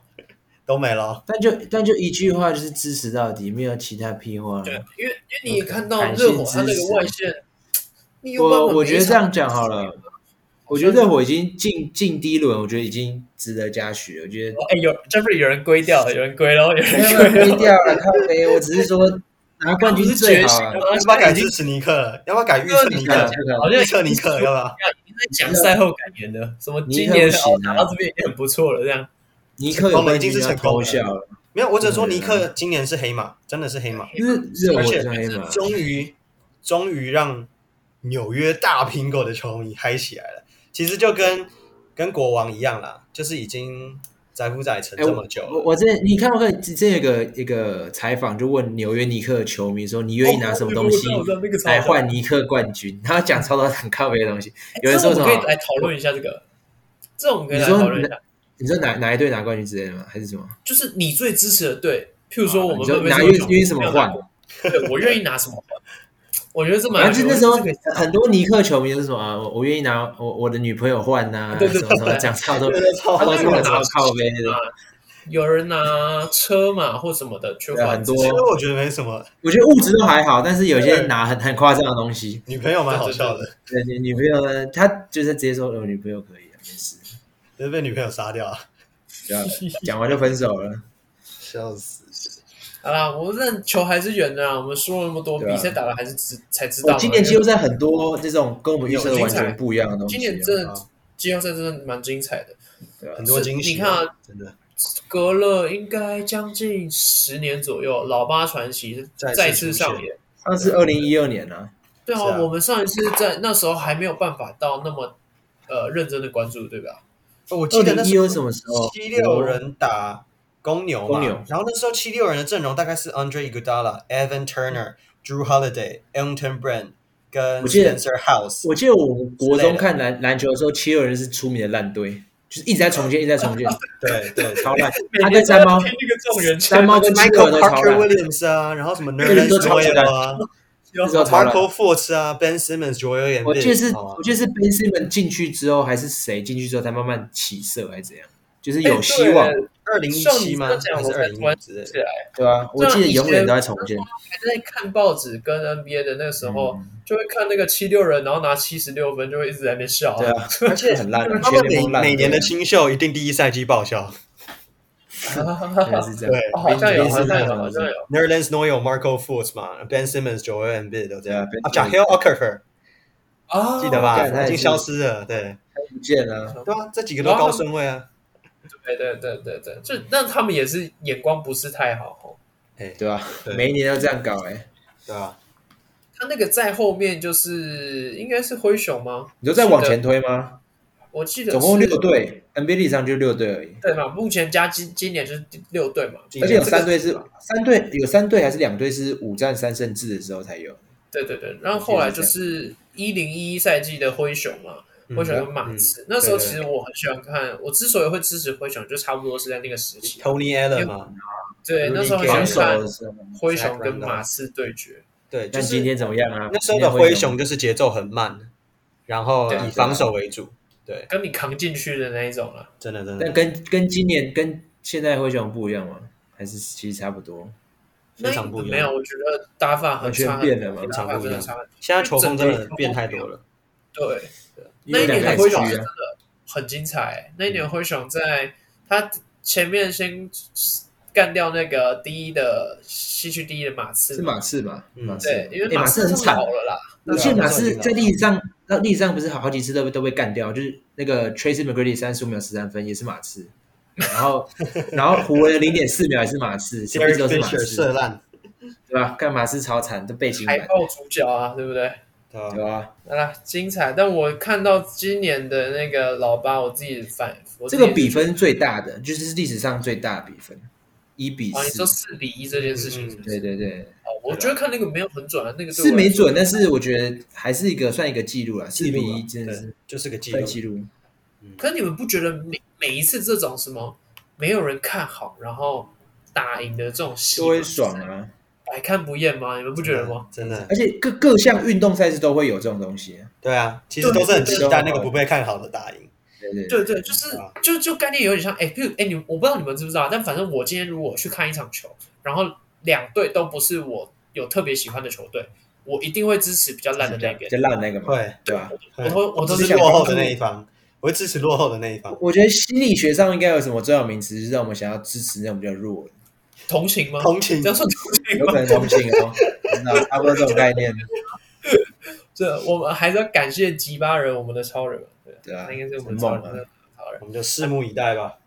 S2: 都没了。
S3: 但就但就一句话就是支持到底，没有其他屁话
S1: 对
S3: 了。，
S1: 因为因为你也看到
S3: 感谢
S1: 热火他那个
S3: 支持
S1: 外线，你又帮
S3: 我我
S1: 每
S3: 觉得
S1: 场
S3: 这样讲好了，我觉得热火已经进进第一轮，我觉得已经值得嘉许了。我 [LAUGHS] 觉得
S1: 哎，有 Jeffrey 有人归掉了，有人归喽，有
S3: 没
S1: 人
S3: 有没
S1: 归
S3: 有推
S1: 了。
S3: 掉了，靠背，我只是说拿冠军最好了。
S2: 要不要改支持尼克了？要不要改预测尼克
S3: 讲
S2: 了？
S3: 这个
S1: 好像
S2: 预测尼克要不要？
S1: 已经在讲赛后感言的，什么今
S3: 尼克
S1: 年
S3: 不行
S1: 哦
S3: 啊
S1: 打到这边也很不错了，这样。
S3: 尼克有被人家偷笑了，
S2: 没有，我只能说尼克今年是黑马，真的是黑马，
S3: 就是热火是黑马，
S2: 终于终于让纽约大苹果的球迷嗨起来了。其实就跟跟国王一样啦，就是已经载浮载沉
S3: 哎，
S2: 这
S3: 我
S2: 么久
S3: 我
S2: 了。
S3: 我之前你看不看之前有个一个采访，就问纽约尼克的球迷说，你愿意拿什么东西
S1: 哦我知道我知道那个超
S3: 来
S1: 好
S3: 换尼克冠军？然后讲超多很靠背的东西。
S1: 哎
S3: 有人说
S1: 这
S3: 什
S1: 我
S3: 么
S1: 们可以来讨论一下这个，这我们可以来
S3: 你说
S1: 讨论一下，
S3: 你说哪哪一队拿冠军之类的吗？还是什么？
S1: 就是你最支持的队，譬如说我
S3: 你
S1: 们
S3: 说
S1: 会
S3: 拿愿愿意什么换？？
S1: 对，我愿意拿什么换？我觉得这蛮有
S3: 反
S1: 趣
S3: 正
S1: 的，
S3: 就那时候
S1: 这个
S3: 很多尼克球迷就是什么啊，我我愿意拿我我的女朋友换呐，
S1: 对对
S3: 什么什么
S1: 对
S3: 讲超
S2: [LAUGHS]
S3: 多，
S2: 超
S3: 他
S1: 好
S3: 都
S1: 像
S3: 是
S1: 有
S3: 我
S1: 拿
S3: 超靠背的。
S1: 有人拿车嘛或什么的去
S3: 对啊
S1: 换
S3: 很多
S2: 其实我觉得没什么，
S3: 我觉得物质都还好，但是有些人拿很很夸张的东西。
S2: 女朋友蛮好笑的，
S3: 对，你女朋友呢，她就是直接说，我女朋友可以啊，没事，
S2: 就是被女朋友杀掉啊，
S3: 不要了讲完就分手了。
S2: 笑死！
S1: 好啦，我们这球还是远的啊。我们说了那么多，
S3: 对啊
S1: 比赛打了还是知才知道
S3: 我
S1: 嘛。
S3: 哦今年季后赛很多这种跟我们预测的完全不一样的东西
S1: 今
S3: 啊。
S1: 年真的季后赛真的蛮精彩的。
S2: 很多惊喜，
S1: 你看啊
S2: 真的
S1: 隔了应该将近十年左右，老八传奇
S2: 再次
S1: 再次上
S2: 出
S1: 演。
S3: 上次二零一二年啊，
S1: 对啊，
S2: 是啊
S1: 我们上一次在那时候还没有办法到那么呃认真的关注，对吧？
S2: 我
S3: 二
S2: 记得那
S3: 零一
S2: 时
S3: 二
S2: 候
S3: 什么时候？
S2: 七六人打公牛嘛，
S3: 公牛
S2: 然后那时候七六人的阵容大概是 Andre Iguodala、Evan Turner、Drew Holiday、Elton Brand 跟
S3: 我记得
S2: Spencer House。
S3: 我记得我们国中看篮篮球的时候，七六人是出名的烂队，就是一直在重建，一直在重建，
S2: 对对对
S3: 超烂。他跟三猫
S1: 每年都要，听那个状元
S3: 三猫跟七六
S2: ，Michael
S3: 人都超
S2: Parker
S3: 烂，
S2: Williams 啊，然后什么
S3: 那个人
S2: Nerlens
S3: 都超级烂
S2: Noel 啊
S3: 那时候超烂。
S2: ，Marco Fultz 啊，Ben Simmons、Joel
S3: 我记得
S2: Embiid，
S3: 是，
S2: 好吗
S3: 我记得是 Ben Simmons 进去之后，还是谁进去之后才慢慢起色，还是怎样？
S1: 哎
S3: 就是有希望，
S2: 二零一七吗？
S1: 像你这样
S2: 还是
S1: 我才
S2: 二零
S1: 突然
S2: 一之类
S1: 起
S2: 的？
S1: 来。
S3: 对啊，我记得永远都在重建。
S1: 还在看报纸跟 NBA 的那时候，
S3: 嗯
S1: 就会看那个七六人，然后拿七十六分，就会一直在那边笑、
S3: 对
S1: [LAUGHS]
S3: 啊，而且很烂，
S2: 他
S3: 全
S2: 们
S3: 联
S2: 每
S3: 盟烂队啊。
S2: 每年的新秀一定第一赛季报销。
S3: 应该是这样。
S2: 对
S1: 哦好像有，
S3: Ben
S1: 好像有，
S3: Simmons
S1: 好像有。
S2: ，Nerlens Noel、Marco Fultz 嘛，Ben Simmons、Joel Embiid 都这样
S3: Yeah，Ben。
S2: 啊，哦贾 Hill Okafor
S1: 啊
S2: 记得吧？
S3: 对他也
S2: 已
S3: 是
S2: 经消失了，对
S3: 不见了。
S2: 对啊，这几个都高顺位啊。
S1: 对对对对对，就但他们也是眼光不是太好哦。
S3: 对吧、
S2: 对
S3: 每一年都这样搞哎、
S2: 对啊，
S1: 他那个在后面就是应该是灰熊吗？
S3: 你就再往前推吗？
S1: 我记得
S3: 总共
S1: 是
S3: 六，队，NBA 历史上就六队而已，
S1: 对嘛？目前加今今年就是第六队嘛，
S2: 今
S3: 而
S2: 年
S3: 且有
S2: 这
S3: 三
S2: 个
S3: 队是三队，有三队还是两队是五战三胜制的时候才有。
S1: 对对对。然后后来就是一零一一赛季的灰熊嘛，
S2: 嗯
S1: 灰熊跟马刺。
S3: 嗯
S1: 那时候其实我很喜欢看，我之所以会支持灰熊，就差不多是在那个时期。啊
S2: Tony Allen 嘛，
S1: 对，那时候很
S3: 防
S1: 喜
S3: 守
S1: 欢
S3: 的
S1: 看
S3: 时候，
S1: 灰熊跟马刺对决。
S2: 对，就
S3: 但
S2: 是
S3: 今天怎么样啊？
S2: 那时候的灰熊就是节奏很慢，然后
S1: 对
S2: 以防守为主。对，
S1: 跟你扛进去的那一种了。啊
S2: 真的真的
S3: 但。跟跟今年跟现在灰熊不一样吗？还是其实差不多？
S2: 非常不一样
S1: 没有，我觉得打法很差
S3: 完全变了嘛
S1: 很多
S2: 完全
S1: 打法
S2: 不一
S1: 真
S2: 样
S1: 的差很多。
S2: 现在球风真的变太多了。
S1: 对，
S3: 因
S1: 那
S3: 为
S1: 一
S3: 两
S1: 年
S3: 个
S1: 的灰熊
S3: SG
S1: 是
S3: 啊
S1: 真的很精彩、那一
S3: 嗯
S1: 年灰熊在他前面先干掉那个第一的西区第一的马刺
S3: 是
S1: 嘛，
S3: 马刺吧？
S2: 嗯
S3: 马刺
S1: 对，因为
S3: 哎马刺
S1: 刺
S3: 很
S1: 是
S3: 惨
S1: 老，了啦，
S3: 而且
S2: 对啊
S3: 马
S2: 马刺很
S3: 刺
S2: 惨
S3: 在历史上，那历史上不是好好几次都被都被干掉，就是那个 Tracy McGrady 三十五秒十三分也是马刺，然后然后湖人的零点四秒也是马刺，
S2: d
S3: 其
S2: e r
S3: 实
S2: e
S3: 都是
S2: k
S3: 马
S2: Fisher 射
S3: 刺，
S2: 烂，
S3: 对吧？干马刺超惨，都背景
S1: 海
S3: 板，
S1: 豹主角啊，对不对？
S2: 对吧
S3: 对？吧？
S1: 好啦，啊精彩！但我看到今年的那个老八，我自己反我自
S3: 这
S1: 己
S3: 个比分最大的就是历史上最大的比分，一比
S1: 啊，你说
S3: 四，
S1: 四比一这件事情是不是，
S3: 嗯对对对。
S1: 哦我觉得看那个没有很准啊，那个对我
S3: 是没
S1: 来说
S3: 准，但是我觉得还是一个算一个记录了，四
S2: 记
S3: 比
S2: 录啊
S3: 一真的是
S2: 对就是个记
S3: 算
S2: 录。
S3: 记录。
S1: 可你们不觉得每每一次这种什么没有人看好，然后打赢的这种戏
S3: 就会爽啊！
S1: 百看不厌吗？你们不觉得吗？
S2: 真的，
S3: 而且各各项运动赛事都会有这种东西。
S2: 对啊，其实都是很期
S3: 对
S2: 待那个不被看好的打赢。
S3: 对对
S1: 对对，就是
S2: 对啊
S1: 就就概念有点像，哎，譬如哎，你我不知道你们知不知道，但反正我今天如果去看一场球，然后两队都不是我有特别喜欢的球队，我一定会支持比较烂的那
S3: 比
S1: 个，
S3: 较烂的那个嘛，
S2: 会，
S3: 对吧？
S1: 我都我都是
S2: 支持
S1: 想
S2: 落后的那一方，我会支持落后的那一方。
S3: 我觉得心理学上应该有什么重要名词，就是让我们想要支持那种比较弱的，
S1: 同情吗？
S2: 同情
S1: 这，样算同情
S3: 有
S1: 吗？
S3: 可能同情哦，你知道差不多这种概念，
S1: 这我们还是要感谢吉巴人，我们的超人，对啊，
S3: 对啊
S1: 那应该是我们
S3: 很
S1: 超
S3: 猛
S1: 人
S3: 啊
S1: 真的超人
S2: 我们就拭目以待吧。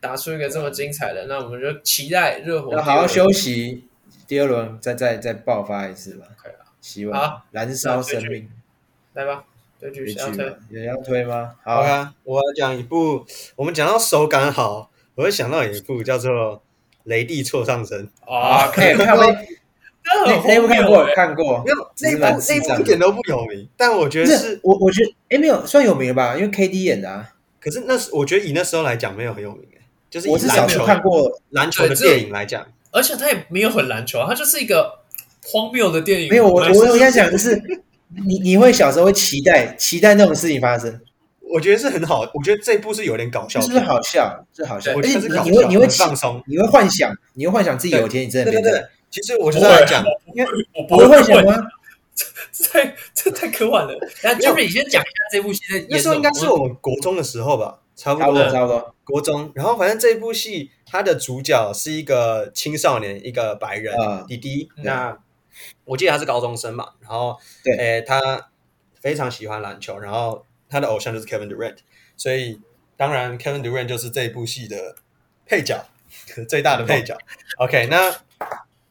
S1: 打出一个这么精彩的，那我们就期待热火
S3: 要好好休息，第二轮再再再爆发一次吧
S1: 可以啊，
S3: 希
S1: 好
S3: 望燃烧生命，
S1: 来吧，对局
S3: 别去
S1: 小推
S3: 了，有人要推吗？好
S2: 好，啊，我要讲一部，我们讲到手感好，我会想到有一部叫做《雷帝错上身》。
S1: 啊，可
S3: [LAUGHS]
S1: 以，
S3: 看看没？
S1: 那
S3: [LAUGHS] 那
S1: 很
S3: 那
S1: 荒
S3: 部看
S1: 谬
S3: 过
S1: 欸，
S3: 看过
S2: 没，有，那一
S3: 是
S2: 部
S3: 蛮智
S2: 那一
S3: 障
S2: 部一
S3: 的
S2: 点都不有名，但我觉
S3: 不
S2: 得是
S3: 是，我，我觉得哎、没有算有名吧，因为 KD 演的啊，
S2: 可是那时我觉得以那时候来讲没有很有名，哎就是以
S3: 我至少
S2: 篮
S3: 去
S2: 球
S3: 看过，
S2: 篮球的
S1: 对这
S2: 电影来讲，
S1: 而且他也没有很篮球啊，他就是一个荒谬的电影。
S3: 没有我
S1: 们
S3: 我我在想的是，你你会小时候会期待期待那种事情发生，
S2: 我觉得是很好，我觉得这一部是有点搞笑
S3: 就
S2: 的，
S3: 是好笑，是好笑，
S2: 我
S3: 而
S2: 觉
S3: 且
S2: 得是搞笑，
S3: 你你会你会
S2: 很
S3: 期
S2: 放松。
S3: 你会幻想，你会幻想自己有一天你真的
S2: 对
S3: 变
S2: 对
S3: 成
S2: 对，其实我是在讲，
S1: 我不
S3: 我会
S1: 会
S3: 幻想吗？
S1: [LAUGHS] 这太这太科幻了。那
S2: 没有
S1: Jerry，你先讲一下这部戏在演
S2: 那时候
S1: 什
S2: 应
S1: 么
S2: 该是我们国中的时候吧，差不
S3: 差不
S2: 多
S3: 多差不多，
S2: 国中。然后反正这部戏它的主角是一个青少年，一个白人、
S3: 啊
S2: 弟弟。
S1: 嗯
S2: 那我记得他是高中生嘛，然后
S3: 对
S2: 诶、他非常喜欢篮球，然后他的偶像就是 Kevin Durant，所以当然 Kevin Durant 就是这部戏的配角， [LAUGHS] 最大的配角。OK，那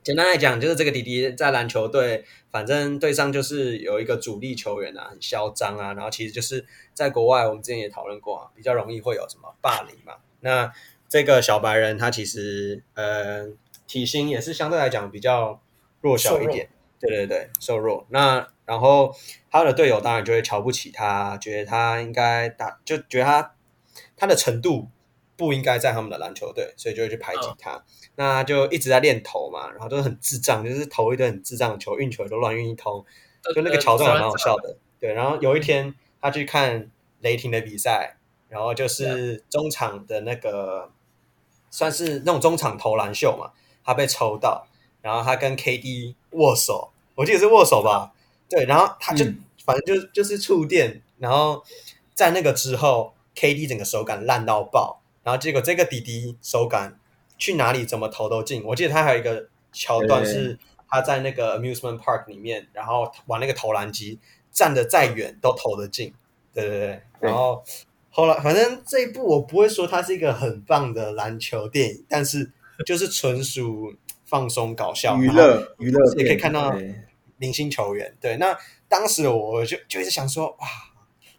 S2: 简单来讲，就是这个弟弟在篮球队，反正队上就是有一个主力球员啊，很嚣张啊，然后其实就是在国外，我们之前也讨论过啊，比较容易会有什么霸凌嘛。那这个小白人他其实呃体型也是相对来讲比较弱小一点，对对对，瘦弱。那然后他的队友当然就会瞧不起他，觉得他应该打，就觉得他他的程度不应该在他们的篮球队，所以就会去排挤他。那他就一直在练投嘛，然后都很智障，就是投一堆很智障的球，运球也都乱运一通，就那
S1: 呃
S2: 个桥段还蛮好笑的。对，然后有一天他去看雷霆的比赛，然后就是中场的那个算是那种中场投篮秀嘛，他被抽到，然后他跟 KD 握手，我记得是握手吧？对，然后他就、
S3: 嗯
S2: 反正就就是触电，然后在那个之后，KD 整个手感烂到爆，然后结果这个弟弟手感去哪里怎么投都进。我记得他还有一个桥段
S3: 对
S2: 是他在那个 amusement park 里面，然后玩那个投篮机，站得再远都投得进。对对对，
S3: 对
S2: 然后后来反正这一部我不会说它是一个很棒的篮球电影，但
S3: [LAUGHS]
S2: 是就是纯属放松搞笑
S3: 娱。
S2: 然后
S3: 乐娱乐
S2: 也
S3: 片
S2: 可以看到
S3: 对
S2: 明星球员。对，那当时我就就一直想说，哇，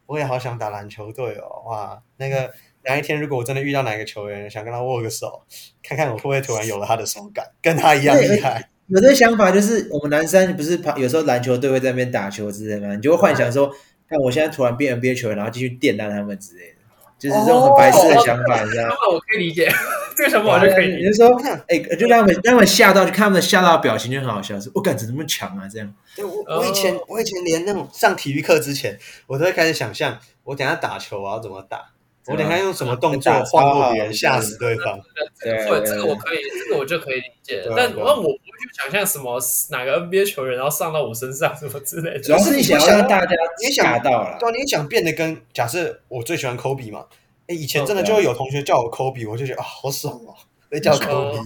S2: 我也好想打篮球队哦，哇，那个哪一天如果我真的遇到哪个球员，想跟他握个手，看看我会不会突然有了他的手感，跟他一样厉害。
S3: 有这个想法，就是我们南山不是跑有时候篮球队会在那边打球之类的嘛，你就会幻想
S1: 哦
S3: 说，看我现在突然变 NBA 球员，然后继续电到他们之类的，就是这种很白痴的想法，你知道
S1: 想
S3: 吗？
S1: 法我可以理解，这个想哦 [LAUGHS] 法我就可以理
S3: 你
S1: 解。
S3: 就说，哎、就让他们让他们吓到，就看他们吓到的表情就很好笑，说我感觉怎么那么强啊，这样
S2: 对我，我以前我以前连那种上体育课之前，我都会开始想象，我等一下打球我要怎么打，我等一下用什么动作晃过别人，吓死对方。
S3: 对
S1: 或
S3: 对
S1: 者这个我可以，这个我就可以理解。但
S2: 对
S1: 那我不会去想象什么哪个 NBA 球员然后上到我身上什么之类
S3: 主
S1: 的。
S3: 要是你想要让大家
S2: 你想
S3: 吓到了
S2: 对。啊，你想变得跟假设我最喜欢科比嘛？哎，以前
S1: 嗯
S2: 真的
S3: 对啊
S2: 就会有同学叫我科比，我就觉得啊，好爽哦，被叫科比，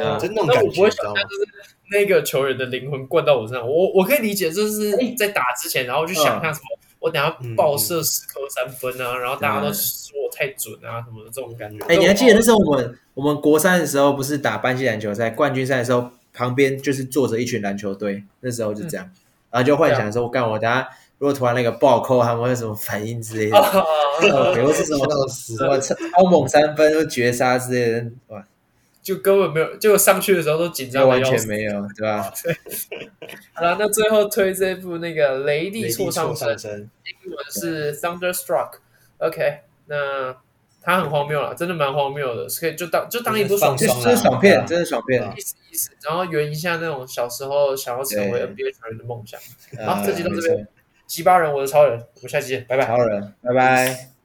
S1: 哦
S2: 真那种
S1: 那
S2: 感
S1: 我
S2: 觉，
S1: 不会
S2: 你知
S1: 想
S2: 道
S1: 象
S2: 吗？
S1: 就是那个球员的灵魂灌到我身上。我我可以理解，就是在打之前，然后就想象什么，我等下爆射十颗三分啊，然后大家都说我太准啊什么的这种感觉。
S3: 哎、你还记得那时候我们我们国三的时候，不是打班级篮球赛冠军赛的时候，旁边就是坐着一群篮球队，那时候就这样，然后就幻想说，干我等下如果突然那个暴扣，他们会有什么反应之
S1: [LAUGHS]
S3: 类的，
S1: 哦
S3: 或是什么
S2: 笑死
S3: 什么超猛三分、或绝杀之类的，哇，
S1: 就根本没有，就上去的时候都紧张的
S3: 完
S1: 要哦
S3: 全
S1: 死。
S3: 没有，对吧？
S1: 好了，那最后推这部那个《雷
S2: 雷
S1: 利
S2: 利
S1: 错上身》，
S2: 身，
S1: 英文是 Thunderstruck。OK，那它很荒谬了，真的蛮荒谬的，所以就当就当一部爽
S3: 就
S1: 片
S2: 爽
S3: 是
S2: 啦
S3: 就是爽
S2: 对啊
S3: 片，真的爽片。
S2: 对啊
S1: 意思意思，然后圆一下那种小时候想要成为
S3: 对
S1: NBA 球员的梦想。
S3: 呃
S1: 好这集到这
S3: 没
S1: 边
S3: 错
S1: 鸡巴人，我的超人，我们下期见，拜拜。
S3: 超人，拜拜。